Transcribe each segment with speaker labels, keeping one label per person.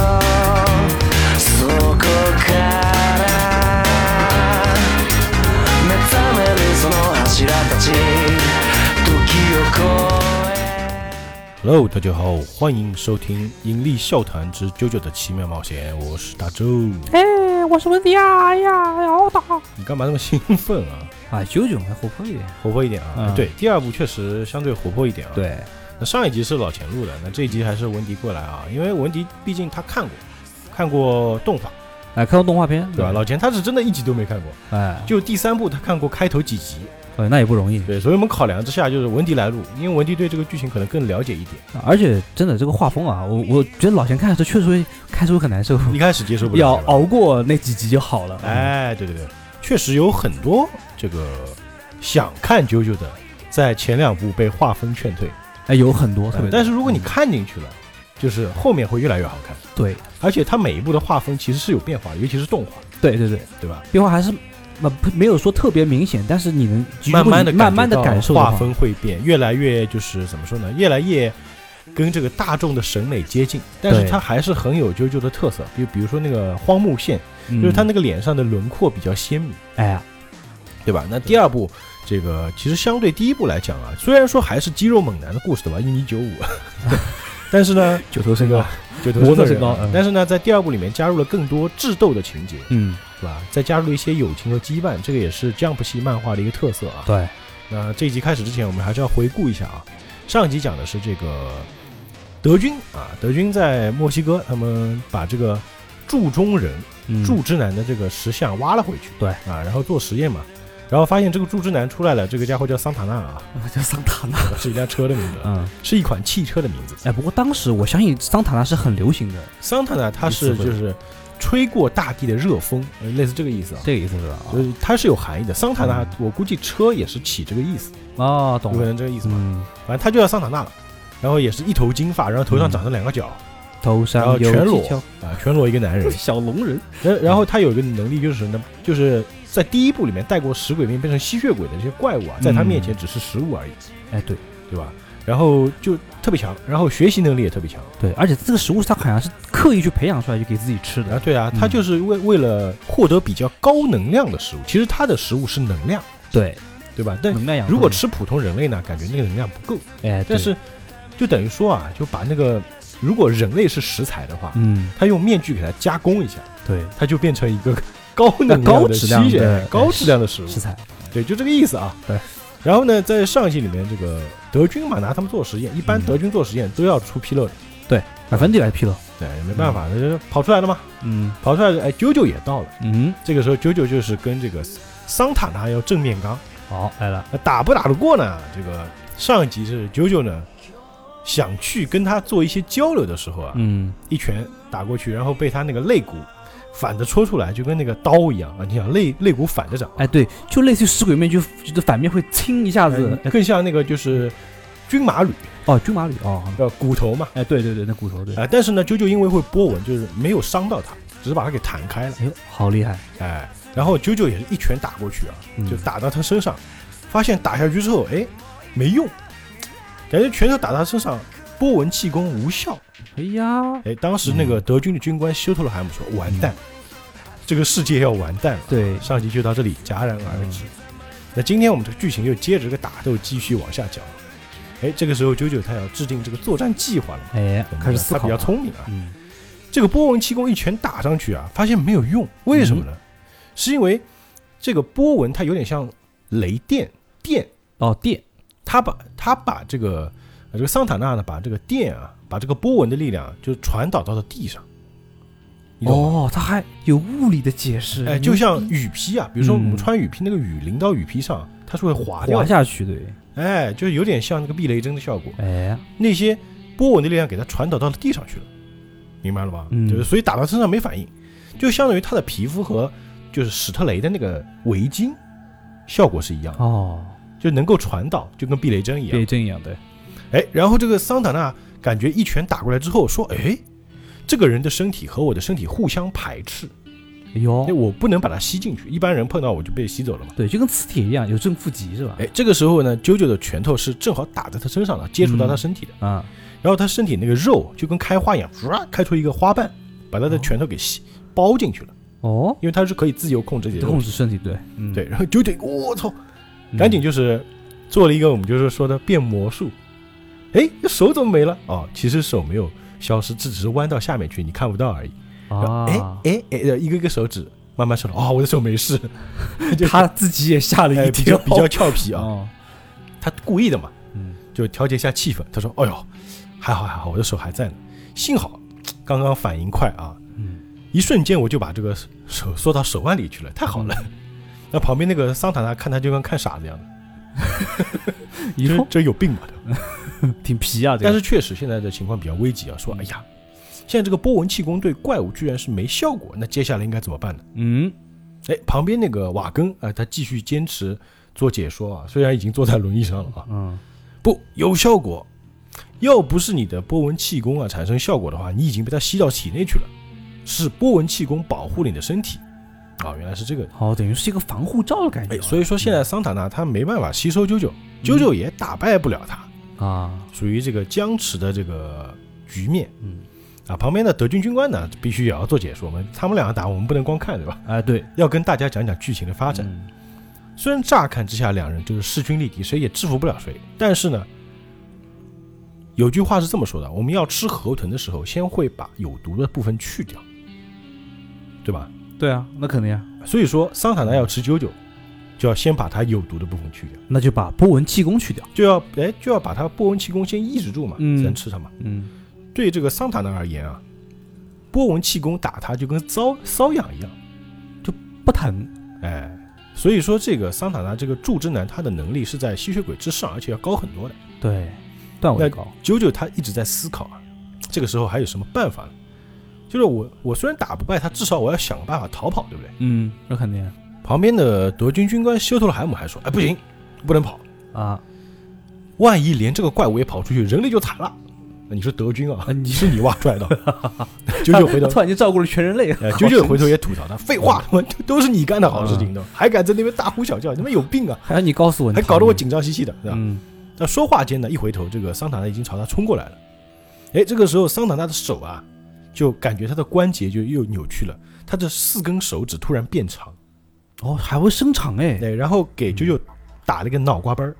Speaker 1: のそこから目覚めるその柱たち時を越え
Speaker 2: Hello，大家好，欢迎收听《引力笑谈之啾啾的奇妙冒险》，我是大周。
Speaker 3: 哎，我是文迪啊！哎呀，好打！
Speaker 2: 你干嘛那么兴奋啊？
Speaker 3: 啊，九九还活泼一点。
Speaker 2: 活泼一点啊！
Speaker 3: 嗯
Speaker 2: 对，第二部确实相对活泼一点啊。，
Speaker 3: 对，
Speaker 2: 那上一集是老钱录的，那这一集还是文迪过来啊，因为文迪毕竟他看过，看过动画，
Speaker 3: 哎，看过动画片，
Speaker 2: 对啊吧？老钱他是真的一集都没看过，
Speaker 3: 哎，
Speaker 2: 就第三部他看过开头几集。
Speaker 3: 哎，那也不容易。
Speaker 2: 对，所以我们考量之下就是文迪来录，因为文迪对这个剧情可能更了解一点。
Speaker 3: 而且真的这个画风啊，我我觉得老钱看的时候确实会开始会很难受，
Speaker 2: 一开始接受不了，
Speaker 3: 要
Speaker 2: 对吧
Speaker 3: 熬过那几集就好了。，
Speaker 2: 哎，对对对，确实有很多这个想看啾啾的，在前两部被画风劝退，
Speaker 3: 哎，有很多特别多。
Speaker 2: 但是如果你看进去了，就是后面会越来越好看，
Speaker 3: 对
Speaker 2: 而且它每一部的画风其实是有变化，尤其是动画，
Speaker 3: 对对对，
Speaker 2: 对吧？
Speaker 3: 变化还是那没有说特别明显，但是你能
Speaker 2: 慢慢的
Speaker 3: 的慢慢地感受的话
Speaker 2: 画，风会变，越来越就是怎么说呢？越来越。跟这个大众的审美接近，但是
Speaker 3: 对
Speaker 2: 它还是很有啾啾的特色，就比如说那个荒木县，
Speaker 3: 嗯
Speaker 2: 就是他那个脸上的轮廓比较鲜明，
Speaker 3: 哎呀，
Speaker 2: 对吧？那第二部，这个其实相对第一部来讲啊，虽然说还是肌肉猛男的故事，对吧？一米九五， 但是呢，
Speaker 3: 九头
Speaker 2: 这
Speaker 3: 身
Speaker 2: 个
Speaker 3: 高，
Speaker 2: 就
Speaker 3: 模特身高嗯
Speaker 2: 但是呢，在第二部里面加入了更多智斗的情节，
Speaker 3: 嗯，
Speaker 2: 对吧？再加入了一些友情和羁绊，这个也是 Jump 系漫画的一个特色啊。
Speaker 3: 对，
Speaker 2: 那这一集开始之前，我们还是要回顾一下啊。上一集讲的是这个德军啊，德军在墨西哥，他们把这个铸钟人
Speaker 3: 嗯
Speaker 2: 柱之男的这个石像挖了回去，
Speaker 3: 对
Speaker 2: 啊，然后做实验嘛，然后发现这个柱之男出来了，这个家伙叫桑塔纳啊，
Speaker 3: 叫桑塔纳，
Speaker 2: 是一辆车的名字，
Speaker 3: 嗯，
Speaker 2: 是一款汽车的名字。
Speaker 3: 哎，不过当时我相信桑塔纳是很流行的，
Speaker 2: 桑塔纳它是就是吹过大地的热风，呃类似这个意思啊，
Speaker 3: 这个意思是吧？
Speaker 2: 就是它是有含义的。桑塔纳
Speaker 3: 嗯，
Speaker 2: 我估计车也是起这个意思，
Speaker 3: 哦，懂
Speaker 2: 有可
Speaker 3: 了，
Speaker 2: 能这个意思嘛。
Speaker 3: 嗯，
Speaker 2: 反正他就叫桑塔纳了，然后也是一头金发，然后头上
Speaker 3: 嗯
Speaker 2: 长着两个角
Speaker 3: 头
Speaker 2: 然后
Speaker 3: 上有
Speaker 2: 全
Speaker 3: 犄
Speaker 2: 裸
Speaker 3: 角，。
Speaker 2: 啊，全裸一个男人
Speaker 3: 小龙人，
Speaker 2: 然然后他有一个能力就是呢，就是在第一部里面带过食鬼面变成吸血鬼的这些怪物啊，在他
Speaker 3: 嗯
Speaker 2: 面前只是食物而已。
Speaker 3: 哎，对
Speaker 2: 对吧？然后就特别强，然后学习能力也特别强。
Speaker 3: 对，而且这个食物它好像是刻意去培养出来就给自己吃
Speaker 2: 啊，
Speaker 3: 的，
Speaker 2: 对啊，他
Speaker 3: 嗯
Speaker 2: 就是为为了获得比较高能量的食物，其实他的食物是能量，
Speaker 3: 对，
Speaker 2: 对吧？但
Speaker 3: 能量养分
Speaker 2: 如果，吃普通人类呢，感觉那个能量不够。
Speaker 3: 嗯哎，对
Speaker 2: 但是就等于说啊，就把那个如果人类是食材的话，
Speaker 3: 嗯，
Speaker 2: 他用面具给它加工一下，
Speaker 3: 对，
Speaker 2: 它就变成一个 高能
Speaker 3: 高
Speaker 2: 的
Speaker 3: 质
Speaker 2: 吸
Speaker 3: 量
Speaker 2: 血
Speaker 3: 的
Speaker 2: 高质量的食物。
Speaker 3: 食材，
Speaker 2: 对，就这个意思啊。
Speaker 3: 对。
Speaker 2: 然后呢，在上一集里面，这个德军嘛拿他们做实验，一般
Speaker 3: 嗯
Speaker 2: 德军做实验都要出纰漏的，
Speaker 3: 百分之百批了，
Speaker 2: 对，也没办法，那就跑出来了嘛。
Speaker 3: 嗯
Speaker 2: 跑出来，哎，九九也到了。
Speaker 3: 嗯，
Speaker 2: 这个时候，九九就是跟这个桑塔纳要正面刚，
Speaker 3: 好来了，
Speaker 2: 那打不打得过呢？这个上一集是九九呢，想去跟他做一些交流的时候啊，
Speaker 3: 嗯，
Speaker 2: 一拳打过去，然后被他那个肋骨反着戳出来，就跟那个刀一样啊！你想肋肋骨反着长，
Speaker 3: 哎，对，就类似于食鬼面具，就是反面会青一下子，
Speaker 2: 哎更像那个就是军马吕，
Speaker 3: 哦，军马吕，哦，
Speaker 2: 呃，骨头嘛，
Speaker 3: 哎，对对对，那骨头，对，
Speaker 2: 啊、但是呢，九九因为会波纹，就是没有伤到他，只是把他给弹开了，
Speaker 3: 哎呦，好厉害，
Speaker 2: 哎，然后九九也是一拳打过去啊，
Speaker 3: 嗯
Speaker 2: 就打到他身上，发现打下去之后，哎，没用，感觉拳头打他身上，波纹气功无效。
Speaker 3: 哎呀，
Speaker 2: 哎，当时那个德军的军官修特勒海姆说：“完蛋，这个世界要完蛋了。”
Speaker 3: 对
Speaker 2: 上集就到这里戛然而止。
Speaker 3: 嗯
Speaker 2: 那今天我们这个剧情就接着这个打斗继续往下讲。哎，这个时候九九他要制定这个作战计划了嘛，
Speaker 3: 哎，开始思
Speaker 2: 他
Speaker 3: 考
Speaker 2: 比较
Speaker 3: 了，
Speaker 2: 聪明啊。
Speaker 3: 嗯，
Speaker 2: 这个波纹气功一拳打上去啊，发现没有用，为什么
Speaker 3: 嗯
Speaker 2: 呢？是因为这个波纹它有点像雷电电，
Speaker 3: 哦，电，
Speaker 2: 它把它把这个呃这个桑塔纳呢，把这个电啊，把这个波纹的力量啊就传导到了地上，你懂吗？
Speaker 3: 哦，它还有物理的解释，
Speaker 2: 哎，就像雨披啊，比如说我们
Speaker 3: 嗯
Speaker 2: 穿雨披，那个雨淋到雨披上，它是会滑掉
Speaker 3: 滑
Speaker 2: 的，
Speaker 3: 下去，对，
Speaker 2: 哎，就是有点像那个避雷针的效果。
Speaker 3: 哎，
Speaker 2: 那些波纹的力量给它传导到了地上去了，明白了吧？
Speaker 3: 嗯
Speaker 2: 就是所以打到身上没反应，就相当于他的皮肤和就是史特雷的那个围巾效果是一样的，
Speaker 3: 哦，
Speaker 2: 就能够传导，就跟避雷针一样。
Speaker 3: 针一样的，
Speaker 2: 哎，然后这个桑塔纳感觉一拳打过来之后说，哎。这个人的身体和我的身体互相排斥，
Speaker 3: 哎呦
Speaker 2: 因为，我不能把它吸进去，一般人碰到我就被吸走了嘛。
Speaker 3: 对，就跟磁铁一样，有正负极是吧？
Speaker 2: 哎哎，这个时候呢，啾啾的拳头是正好打在他身上了，接触到他
Speaker 3: 嗯
Speaker 2: 身体的。
Speaker 3: 啊，
Speaker 2: 然后他身体那个肉就跟开花一样，唰开出一个花瓣，把他的拳头给吸包进去了，
Speaker 3: 哦，
Speaker 2: 因为他是可以自由控制自己的肉
Speaker 3: 控
Speaker 2: 体。
Speaker 3: 制身体，对，嗯，
Speaker 2: 对，然后九鼎，我操，
Speaker 3: 嗯，
Speaker 2: 赶紧就是做了一个我们就是说的变魔术。哎，这手怎么没了？哦，其实手没有消失，只只是弯到下面去，你看不到而已。哎
Speaker 3: 啊，
Speaker 2: 哎哎，一个一个手指慢慢收拢。哦，我的手没事， 就
Speaker 3: 他自己也吓了
Speaker 2: 哎
Speaker 3: 一
Speaker 2: 比较
Speaker 3: 跳，
Speaker 2: 比较俏皮啊，
Speaker 3: 哦，
Speaker 2: 他故意的嘛，
Speaker 3: 嗯，
Speaker 2: 就调节一下气氛。他说：“哎呦，还好还好，我的手还在呢，幸好刚刚反应快啊，
Speaker 3: 嗯，
Speaker 2: 一瞬间我就把这个手缩到手腕里去了，太好了。”
Speaker 3: 嗯
Speaker 2: 那旁边那个桑塔纳看他就跟看傻子一样 的，
Speaker 3: 以
Speaker 2: 这
Speaker 3: 后
Speaker 2: 这有病吧？
Speaker 3: 挺皮啊，这
Speaker 2: 但
Speaker 3: 个，
Speaker 2: 是确实现在的情况比较危急啊，说哎呀，现在这个波纹气功对怪物居然是没效果，那接下来应该怎么办呢？
Speaker 3: 嗯，
Speaker 2: 哎，旁边那个瓦根啊、哎他继续坚持做解说啊，虽然已经坐在轮椅上了啊，
Speaker 3: 嗯，
Speaker 2: 不有效果。要不是你的波纹气功啊产生效果的话，你已经被它吸到体内去了，是波纹气功保护了你的身体啊，原来是这个。
Speaker 3: 好，等于是一个防护罩的感觉
Speaker 2: 哎，
Speaker 3: 啊，
Speaker 2: 所以说现在桑塔纳他没办法吸收啾啾，啾啾也打败不了他，
Speaker 3: 啊，
Speaker 2: 属于这个僵持的这个局面。
Speaker 3: 嗯，
Speaker 2: 啊，旁边的德军军官呢，必须也要做解说。我们他们两个打，我们不能光看，对吧？
Speaker 3: 哎，对，
Speaker 2: 要跟大家讲讲剧情的发
Speaker 3: 发
Speaker 2: 展。虽然乍看之下两人就是势均力敌，谁也制服不了谁，但是呢，有句话是这么说的：我们要吃河豚的时候，先会把有毒的部分去掉，对吧？
Speaker 3: 对啊，那肯定啊，
Speaker 2: 所以说，桑塔纳要吃啾啾，就要先把它有毒的部分去掉，
Speaker 3: 那就把波纹气功去掉，
Speaker 2: 就要哎就要把它波纹气功先抑制住嘛，
Speaker 3: 嗯
Speaker 2: 才能吃它嘛。
Speaker 3: 嗯，
Speaker 2: 对这个桑塔纳而言啊，波纹气功打它就跟瘙瘙痒一样。
Speaker 3: 不疼，
Speaker 2: 哎，所以说这个桑塔纳这个柱之男，他的能力是在吸血鬼之上，而且要高很多的。
Speaker 3: 对，段位
Speaker 2: 那
Speaker 3: 高，
Speaker 2: 九九他一直在思考啊，这个时候还有什么办法呢？就是我我虽然打不败他，至少我要想个办法逃跑，对不对？
Speaker 3: 嗯，那肯定
Speaker 2: 旁边的德军军官修特勒海姆还说：“哎，不行，不能跑，
Speaker 3: 啊，
Speaker 2: 万一连这个怪物也跑出去，人类就惨了。”那你说德军啊
Speaker 3: 啊，你
Speaker 2: 是你挖出来的。九九回头
Speaker 3: 突然间照顾了全人类
Speaker 2: 呃，，
Speaker 3: 好
Speaker 2: 九九
Speaker 3: 神
Speaker 2: 回头
Speaker 3: 奇
Speaker 2: 也吐槽他，废话，他妈都都是你干的好事情都，还敢在那边大呼小叫，你们有病啊！
Speaker 3: 还要你告诉我，
Speaker 2: 还搞得我，紧张兮兮的，是吧？
Speaker 3: 嗯，
Speaker 2: 那说话间呢，一回头，这个桑塔纳已经朝他冲过来了。哎，这个时候桑塔纳的手啊，就感觉他的关节就又扭曲了，他的四根手指突然变长，
Speaker 3: 哦，还会生长哎，
Speaker 2: 哎，然后给九九打了一个脑瓜崩儿，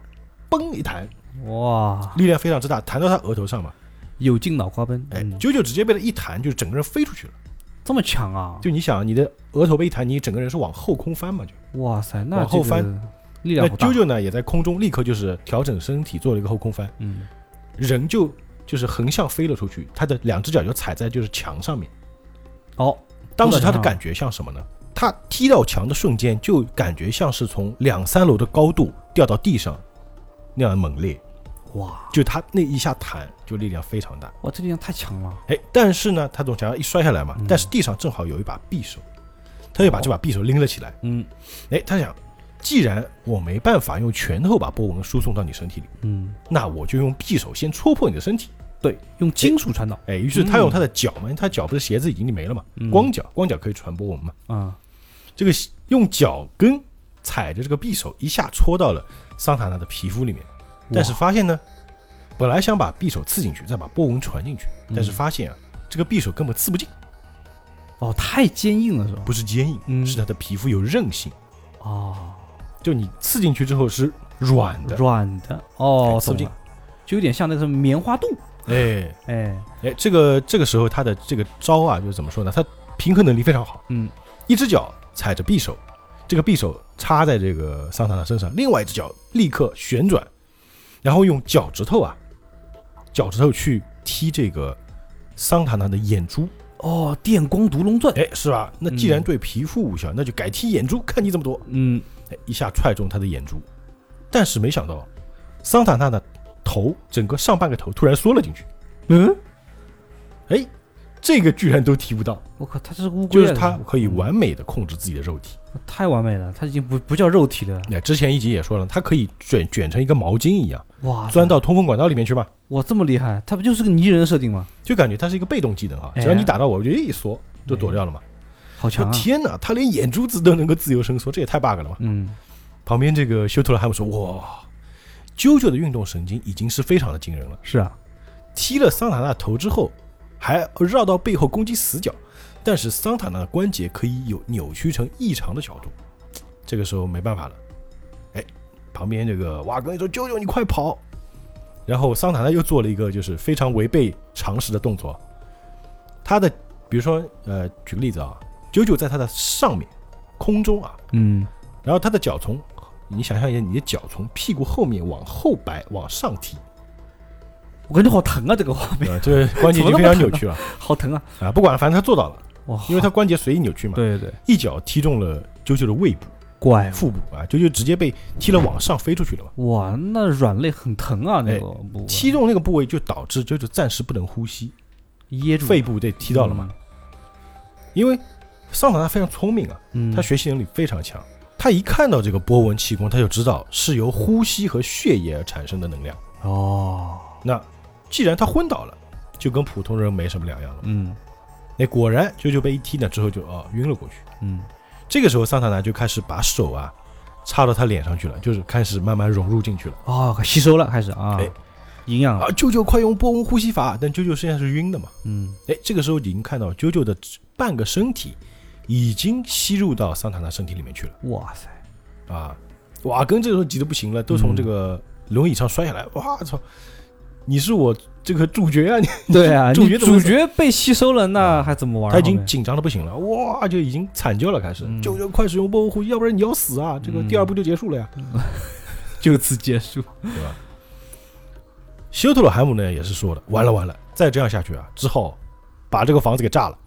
Speaker 2: 嘣一弹，
Speaker 3: 哇，
Speaker 2: 力量非常之大，弹到他额头上嘛。
Speaker 3: 有劲脑瓜崩，
Speaker 2: 哎
Speaker 3: 嗯，
Speaker 2: 九九直接被他一弹，就整个人飞出去了。
Speaker 3: 这么强啊，
Speaker 2: 就你想，你的额头被一弹，你整个人是往后空翻嘛，就。
Speaker 3: 哇塞，那
Speaker 2: 往后
Speaker 3: 这个
Speaker 2: 翻那
Speaker 3: 力量好大
Speaker 2: 九，九呢，也在空中立刻就是调整身体，做了一个后空翻，
Speaker 3: 嗯，
Speaker 2: 人就就是横向飞了出去，他的两只脚就踩在就是墙上面。
Speaker 3: 哦，
Speaker 2: 当时他的感觉像什么呢？他踢到墙的瞬间，就感觉像是从两三楼的高度掉到地上那样猛烈，
Speaker 3: 哇，
Speaker 2: 就他那一下弹，就力量非常大。
Speaker 3: 哇，这力量太强了，
Speaker 2: 哎，但是呢，他从墙上一摔下来嘛，
Speaker 3: 嗯
Speaker 2: 但是地上正好有一把匕首，他就把这把匕首拎了起来。
Speaker 3: 嗯
Speaker 2: 哎，他想，既然我没办法用拳头把波纹输送到你身体里，
Speaker 3: 嗯，
Speaker 2: 那我就用匕首先戳破你的身体。
Speaker 3: 对，用金属传导，
Speaker 2: 哎，于是他用他的脚嘛，因为他脚不是鞋子已经没了嘛，
Speaker 3: 嗯
Speaker 2: 光脚光脚可以传波纹嘛。
Speaker 3: 啊，
Speaker 2: 这个用脚跟踩着这个匕首，一下戳到了桑塔纳的皮肤里面。但是发现呢，本来想把匕首刺进去，再把波纹传进去，但是发现啊，这个匕首根本刺不进，
Speaker 3: 哦，太坚硬了是吧？
Speaker 2: 不是坚硬，
Speaker 3: 嗯
Speaker 2: 是它的皮肤有韧性，
Speaker 3: 哦，
Speaker 2: 就你刺进去之后是软的。
Speaker 3: 软的，哦
Speaker 2: 哎，
Speaker 3: 懂
Speaker 2: 刺不
Speaker 3: 了，就有点像那个什么棉花肚，
Speaker 2: 哎
Speaker 3: 哎，
Speaker 2: 哎，这个这个时候他的这个招啊，就是怎么说呢？他平衡能力非常好，
Speaker 3: 嗯，
Speaker 2: 一只脚踩着匕首，这个匕首插在这个桑塔纳身上，另外一只脚立刻旋转，然后用脚趾头啊，脚趾头去踢这个桑塔纳的眼珠，
Speaker 3: 哦，电光毒龙钻，
Speaker 2: 哎，是吧？那既然对皮肤无效，那就改踢眼珠，看你怎么躲。
Speaker 3: 嗯，
Speaker 2: 哎，一下踹中他的眼珠，但是没想到桑塔纳的头整个上半个头突然缩了进去，
Speaker 3: 嗯，
Speaker 2: 哎，这个居然都踢不到，
Speaker 3: 我靠，他这是乌龟
Speaker 2: 就
Speaker 3: 啊，
Speaker 2: 是他可以
Speaker 3: 嗯
Speaker 2: 完美的控制自己的肉体。
Speaker 3: 太完美了，他已经不不叫肉体了，
Speaker 2: 那之前一集也说了，它可以卷卷成一个毛巾一样，
Speaker 3: 哇，
Speaker 2: 钻到通风管道里面去嘛，
Speaker 3: 哇这么厉害，他不就是个泥人设定吗？
Speaker 2: 就感觉它是一个被动技能啊，
Speaker 3: 哎
Speaker 2: 只要你打到我，我就一缩就躲掉了嘛。
Speaker 3: 好
Speaker 2: 就
Speaker 3: 强啊，
Speaker 2: 天哪，它连眼珠子都能够自由伸缩，这也太 bug 了嘛！
Speaker 3: 嗯，
Speaker 2: 旁边这个修图了还姆说：“哇，啾啾的运动神经已经是非常的惊人了，
Speaker 3: 是啊，
Speaker 2: 踢了桑塔纳头之后，还绕到背后攻击死角，但是桑塔纳的关节可以有扭曲成异常的角度，这个时候没办法了，哎，旁边这个瓦格尼说：“舅舅，你快跑！”然后桑塔纳又做了一个就是非常违背常识的动作，他的比如说呃，举个例子啊，九九在他的上面空中啊，
Speaker 3: 嗯，
Speaker 2: 然后他的脚从，你想象一下，你的脚从屁股后面往后摆往上踢，
Speaker 3: 我感觉好疼啊，这个画面
Speaker 2: 呃，这个关节已经非常扭曲了
Speaker 3: 好疼啊，
Speaker 2: 啊！不管了，反正他做到了，
Speaker 3: 哇，
Speaker 2: 因为他关节随意扭曲嘛，
Speaker 3: 对对对，
Speaker 2: 一脚踢中了啾啾的胃部、
Speaker 3: 怪
Speaker 2: 腹部啊，啾啾直接被踢了往上飞出去了嘛。
Speaker 3: 物哇，那软肋很疼啊，
Speaker 2: 哎
Speaker 3: 那个部位
Speaker 2: 踢中那个部位就导致啾啾暂时不能呼吸，
Speaker 3: 噎住
Speaker 2: 肺部被踢到了嘛。
Speaker 3: 嘛，
Speaker 2: 因为桑塔纳非常聪明啊，
Speaker 3: 嗯，
Speaker 2: 他学习能力非常强，他一看到这个波纹气功，他就知道是由呼吸和血液而产生的能量。
Speaker 3: 哦，
Speaker 2: 那既然他昏倒了，就跟普通人没什么两样了。
Speaker 3: 嗯
Speaker 2: 那果然啾啾被一踢呢之后就哦晕了过去。
Speaker 3: 嗯，
Speaker 2: 这个时候桑塔纳就开始把手啊插到他脸上去了，就是开始慢慢融入进去了。
Speaker 3: 哦，吸收了开始啊
Speaker 2: 哎，
Speaker 3: 营养
Speaker 2: 啊
Speaker 3: 了，，
Speaker 2: 啾啾快用波纹呼吸法！但啾啾实际上是晕的嘛。
Speaker 3: 嗯，
Speaker 2: 哎，这个时候已经看到啾啾的半个身体已经吸入到桑塔纳身体里面去了。
Speaker 3: 哇塞，
Speaker 2: 啊，瓦根这个时候急得不行了，都从这个轮椅上摔
Speaker 3: 嗯
Speaker 2: 下来，哇操！你是我这个主角啊！你
Speaker 3: 对啊，
Speaker 2: 主
Speaker 3: 你
Speaker 2: 角怎么嗯
Speaker 3: 主角被吸收了，那还怎么玩啊？
Speaker 2: 他已经
Speaker 3: 后面
Speaker 2: 紧张的不行了，哇，就已经惨叫了，开始
Speaker 3: 嗯
Speaker 2: 就就快使用波纹呼吸，要不然你要死啊！这个
Speaker 3: 嗯
Speaker 2: 第二步就结束了呀，
Speaker 3: 就此结束，
Speaker 2: 对吧？修特罗海姆呢也是说的，完了完了，再这样下去啊，只好把这个房子给炸了，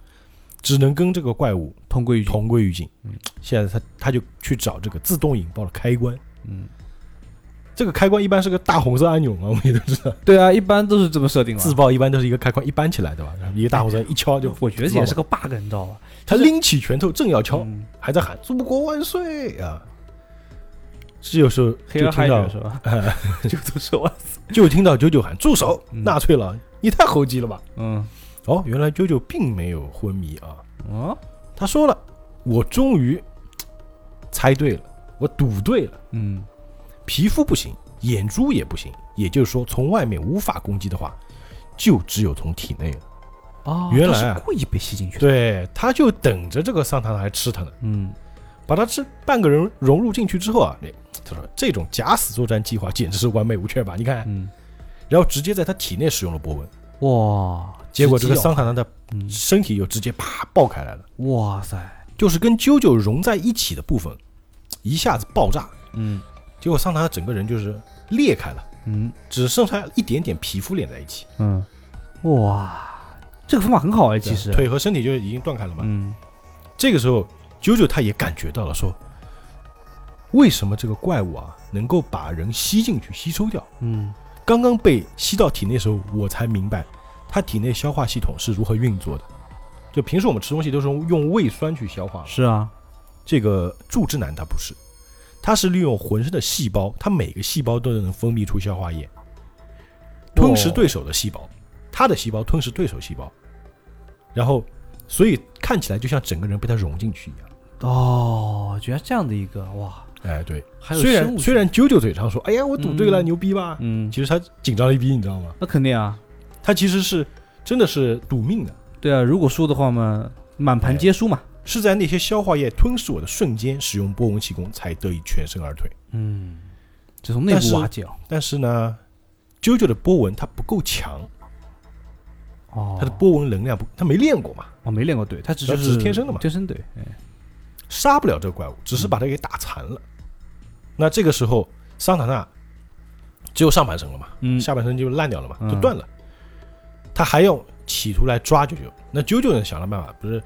Speaker 2: 只能跟这个怪物
Speaker 3: 同归于尽。
Speaker 2: 同归于尽。嗯现在他他就去找这个自动引爆的开关，
Speaker 3: 嗯，
Speaker 2: 这个开关一般是个大红色按钮嘛，我们也都知道。
Speaker 3: 对啊，一般都是这么设定的。
Speaker 2: 自爆一般都是一个开关一扳起来的吧，然后一个大红绳一敲 就。
Speaker 3: 我觉得也是个 bug，你知道吧？
Speaker 2: 他拎起拳头正要敲，
Speaker 3: 嗯
Speaker 2: 还在喊“祖国万岁”啊！这有时候
Speaker 3: 黑
Speaker 2: 就
Speaker 3: 人
Speaker 2: 听
Speaker 3: 汉
Speaker 2: 到
Speaker 3: 语是吧？ 就都说完。
Speaker 2: 就听到九九喊“住手！
Speaker 3: 嗯
Speaker 2: 纳粹了，你太猴急了吧
Speaker 3: 嗯，！”
Speaker 2: 哦，原来九九并没有昏迷啊，
Speaker 3: 哦，
Speaker 2: 他说了：“我终于嘖猜对了，我赌对了，
Speaker 3: 嗯，
Speaker 2: 皮肤不行，眼珠也不行，也就是说从外面无法攻击的话，就只有从体内了。”
Speaker 3: 哦，
Speaker 2: 原
Speaker 3: 他
Speaker 2: 来啊
Speaker 3: 是故意被吸进去的。
Speaker 2: 对，他就等着这个桑塔纳来吃他呢。
Speaker 3: 嗯，
Speaker 2: 把他这半个人融入进去之后啊，哎他说这种假死作战计划简直是完美无缺吧？你看，
Speaker 3: 嗯，
Speaker 2: 然后直接在他体内使用了波纹，
Speaker 3: 哇，
Speaker 2: 结果这个
Speaker 3: 直击哦，
Speaker 2: 桑塔纳的
Speaker 3: 嗯，
Speaker 2: 身体又直接啪爆开来了，
Speaker 3: 哇塞，
Speaker 2: 就是跟啾啾融在一起的部分一下子爆炸，
Speaker 3: 嗯
Speaker 2: 结果桑塔纳整个人就是裂开了，
Speaker 3: 嗯
Speaker 2: 只剩下一点点皮肤连在一起，
Speaker 3: 嗯，哇，这个方法很好哎，其实，
Speaker 2: 腿和身体就已经断开了嘛。
Speaker 3: 嗯
Speaker 2: 这个时候，啾啾他也感觉到了说。为什么这个怪物啊能够把人吸进去、吸收掉？
Speaker 3: 嗯，
Speaker 2: 刚刚被吸到体内的时候，我才明白它体内消化系统是如何运作的。就平时我们吃东西都是用用胃酸去消化，
Speaker 3: 是啊，
Speaker 2: 这个柱之男他不是，他是利用浑身的细胞，他每个细胞都能分泌出消化液，吞噬对手的细胞，他的细胞吞噬对手细胞，然后所以看起来就像整个人被他融进去一样。
Speaker 3: 哦，居然这样的一个哇，
Speaker 2: 哎，对，
Speaker 3: 还有
Speaker 2: 虽
Speaker 3: 生
Speaker 2: 然
Speaker 3: 物
Speaker 2: 虽然九九嘴上说，哎呀，我赌对了，
Speaker 3: 嗯
Speaker 2: 牛逼吧？
Speaker 3: 嗯，
Speaker 2: 其实他紧张了一逼，你知道吗？
Speaker 3: 那肯定啊，
Speaker 2: 他其实是真的是赌命的。
Speaker 3: 对啊，如果输的话嘛，满盘皆输嘛，
Speaker 2: 是在那些消化液吞噬我的瞬间，使用波纹气功才得以全身而退。
Speaker 3: 嗯，就从内
Speaker 2: 但是
Speaker 3: 部瓦解哦
Speaker 2: 但是呢，啾啾的波纹它不够强，
Speaker 3: 哦，
Speaker 2: 它的波纹能量不，它没练过嘛，
Speaker 3: 哦没练过，对，他只
Speaker 2: 它
Speaker 3: 就
Speaker 2: 只是
Speaker 3: 是
Speaker 2: 天生的嘛
Speaker 3: 天生对，哎
Speaker 2: 杀不了这个怪物，只是把它给打残了。那这个时候，桑塔纳只有上半身了嘛，
Speaker 3: 嗯，
Speaker 2: 下半身就烂掉了嘛，
Speaker 3: 嗯
Speaker 2: 就断了。他还要企图来抓啾啾，那啾啾呢想了办法，不是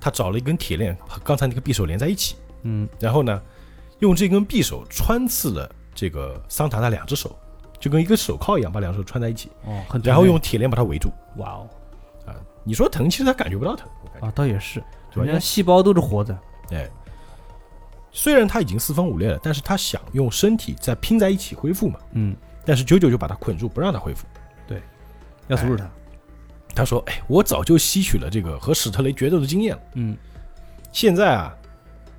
Speaker 2: 他找了一根铁链和刚才那个匕首连在一起，
Speaker 3: 嗯
Speaker 2: 然后呢，用这根匕首穿刺了这个桑塔纳两只手，就跟一个手铐一样把两手穿在一起，
Speaker 3: 哦很疼
Speaker 2: 然后
Speaker 3: 哎
Speaker 2: 用铁链把它围住。
Speaker 3: 哇哦
Speaker 2: 啊，你说疼，其实他感觉不到疼，我感觉
Speaker 3: 啊倒也是，
Speaker 2: 对吧
Speaker 3: 人家细胞都是活的，
Speaker 2: 哎，虽然他已经四分五裂了，但是他想用身体再拼在一起恢复嘛。
Speaker 3: 嗯，
Speaker 2: 但是九九就把他捆住，不让他恢复。
Speaker 3: 要阻止他，
Speaker 2: 他说：“哎，我早就吸取了这个和史特雷决斗的经验了，
Speaker 3: 嗯
Speaker 2: 现在啊，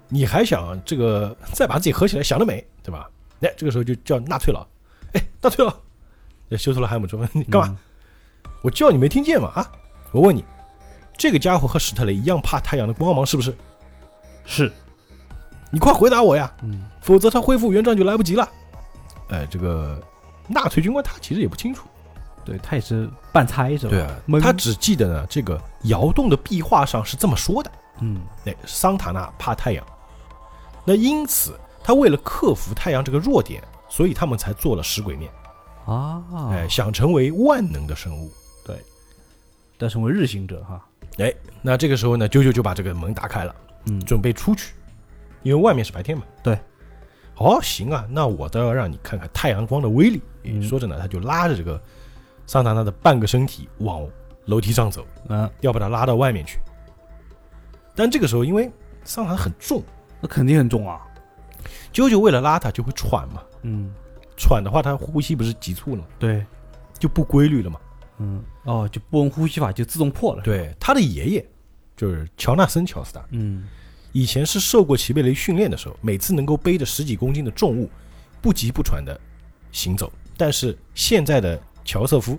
Speaker 2: 你还想这个再把自己合起来，想得美，对吧？ 哎，这个时候就叫纳粹佬，哎，纳粹佬。”这修特罗海姆说：“你干嘛？
Speaker 3: 嗯
Speaker 2: 我叫你没听见吗？啊，我问你，这个家伙和史特雷一样怕太阳的光芒，是不是？
Speaker 4: 是，
Speaker 2: 你快回答我呀！
Speaker 3: 嗯，
Speaker 2: 否则他恢复原状就来不及了。哎，这个纳粹军官他其实也不清楚，
Speaker 3: 对他也是半猜着，
Speaker 2: 啊
Speaker 3: 懵
Speaker 2: 他只记得呢这个窑洞的壁画上是这么说的：
Speaker 3: 嗯
Speaker 2: 哎，桑塔纳怕太阳。那因此，他为了克服太阳这个弱点，所以他们才做了食鬼面，
Speaker 3: 啊，
Speaker 2: 哎，，想成为万能的生物。
Speaker 3: 要成为日行者哈，
Speaker 2: 那这个时候呢，啾啾就把这个门打开了，
Speaker 3: 嗯，
Speaker 2: 准备出去，因为外面是白天嘛。
Speaker 3: 对。
Speaker 2: 哦，行啊，那我倒要让你看看太阳光的威力。哎
Speaker 3: 嗯
Speaker 2: 说着呢，他就拉着这个桑塔纳的半个身体往楼梯上走，
Speaker 3: 嗯，
Speaker 2: 要把他拉到外面去。但这个时候，因为桑塔纳很重，
Speaker 3: 那肯定很重啊，
Speaker 2: 啾啾为了拉他就会喘嘛，
Speaker 3: 嗯，
Speaker 2: 喘的话他呼吸不是急促了吗，
Speaker 3: 对，
Speaker 2: 就不规律了嘛。
Speaker 3: 嗯，哦，就波纹呼吸法就自动破了，，
Speaker 2: 对，他的爷爷就是乔纳森·乔斯达，
Speaker 3: 嗯，
Speaker 2: 以前是受过齐贝雷训练的时候，每次能够背着十几公斤的重物，不急不喘的行走。但是现在的乔瑟夫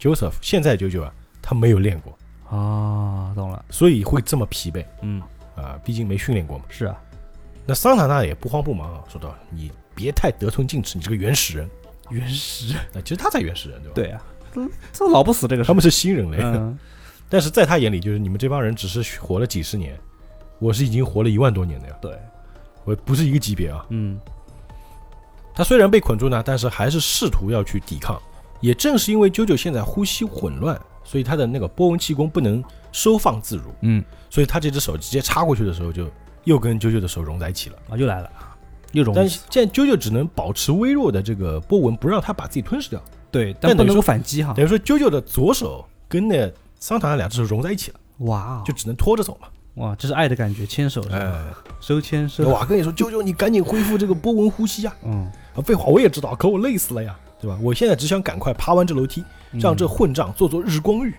Speaker 2: （Joseph） 现在九九啊，他没有练过，
Speaker 3: 啊，懂了，
Speaker 2: 所以会这么疲惫
Speaker 3: 嗯，
Speaker 2: 啊，毕竟没训练过嘛。
Speaker 3: 是啊，
Speaker 2: 那桑塔纳也不慌不忙啊，说道：“你别太得寸进尺，你这个原始人。
Speaker 3: 原始，
Speaker 2: 那其实他才原始人，对吧？
Speaker 3: 对啊，嗯这老不死这个事
Speaker 2: 他，们是新人类。
Speaker 3: 嗯，
Speaker 2: 但是在他眼里，就是你们这帮人只是活了几十年，我是已经活了一万多年的呀，
Speaker 3: 对，
Speaker 2: 我不是一个级别啊。
Speaker 3: 嗯，
Speaker 2: 他虽然被捆住呢，但是还是试图要去抵抗。也正是因为啾啾现在呼吸混乱，所以他的那个波纹气功不能收放自如，
Speaker 3: 嗯，
Speaker 2: 所以他这只手直接插过去的时候，就又跟啾啾的手融在一起了。
Speaker 3: 啊，又来了，又融，
Speaker 2: 但是现在啾啾只能保持微弱的这个波纹，不让他把自己吞噬掉，
Speaker 3: 对，
Speaker 2: 但
Speaker 3: 但不
Speaker 2: 等于
Speaker 3: 能
Speaker 2: 说
Speaker 3: 够反击哈，
Speaker 2: 等于说啾啾的左手跟那桑塔纳两只手融在一起了，
Speaker 3: 哇，哦
Speaker 2: 就只能拖着走嘛。
Speaker 3: 哇，这是爱的感觉，牵手是吧？
Speaker 2: 啊哎，
Speaker 3: 收牵
Speaker 2: 我
Speaker 3: 收，
Speaker 2: 哇跟你说，啾啾，你赶紧恢复这个波纹呼吸啊！
Speaker 3: 嗯，
Speaker 2: 啊，废话我也知道，可我累死了呀，对吧？我现在只想赶快爬完这楼梯，让
Speaker 3: 嗯
Speaker 2: 这混账做做日光浴。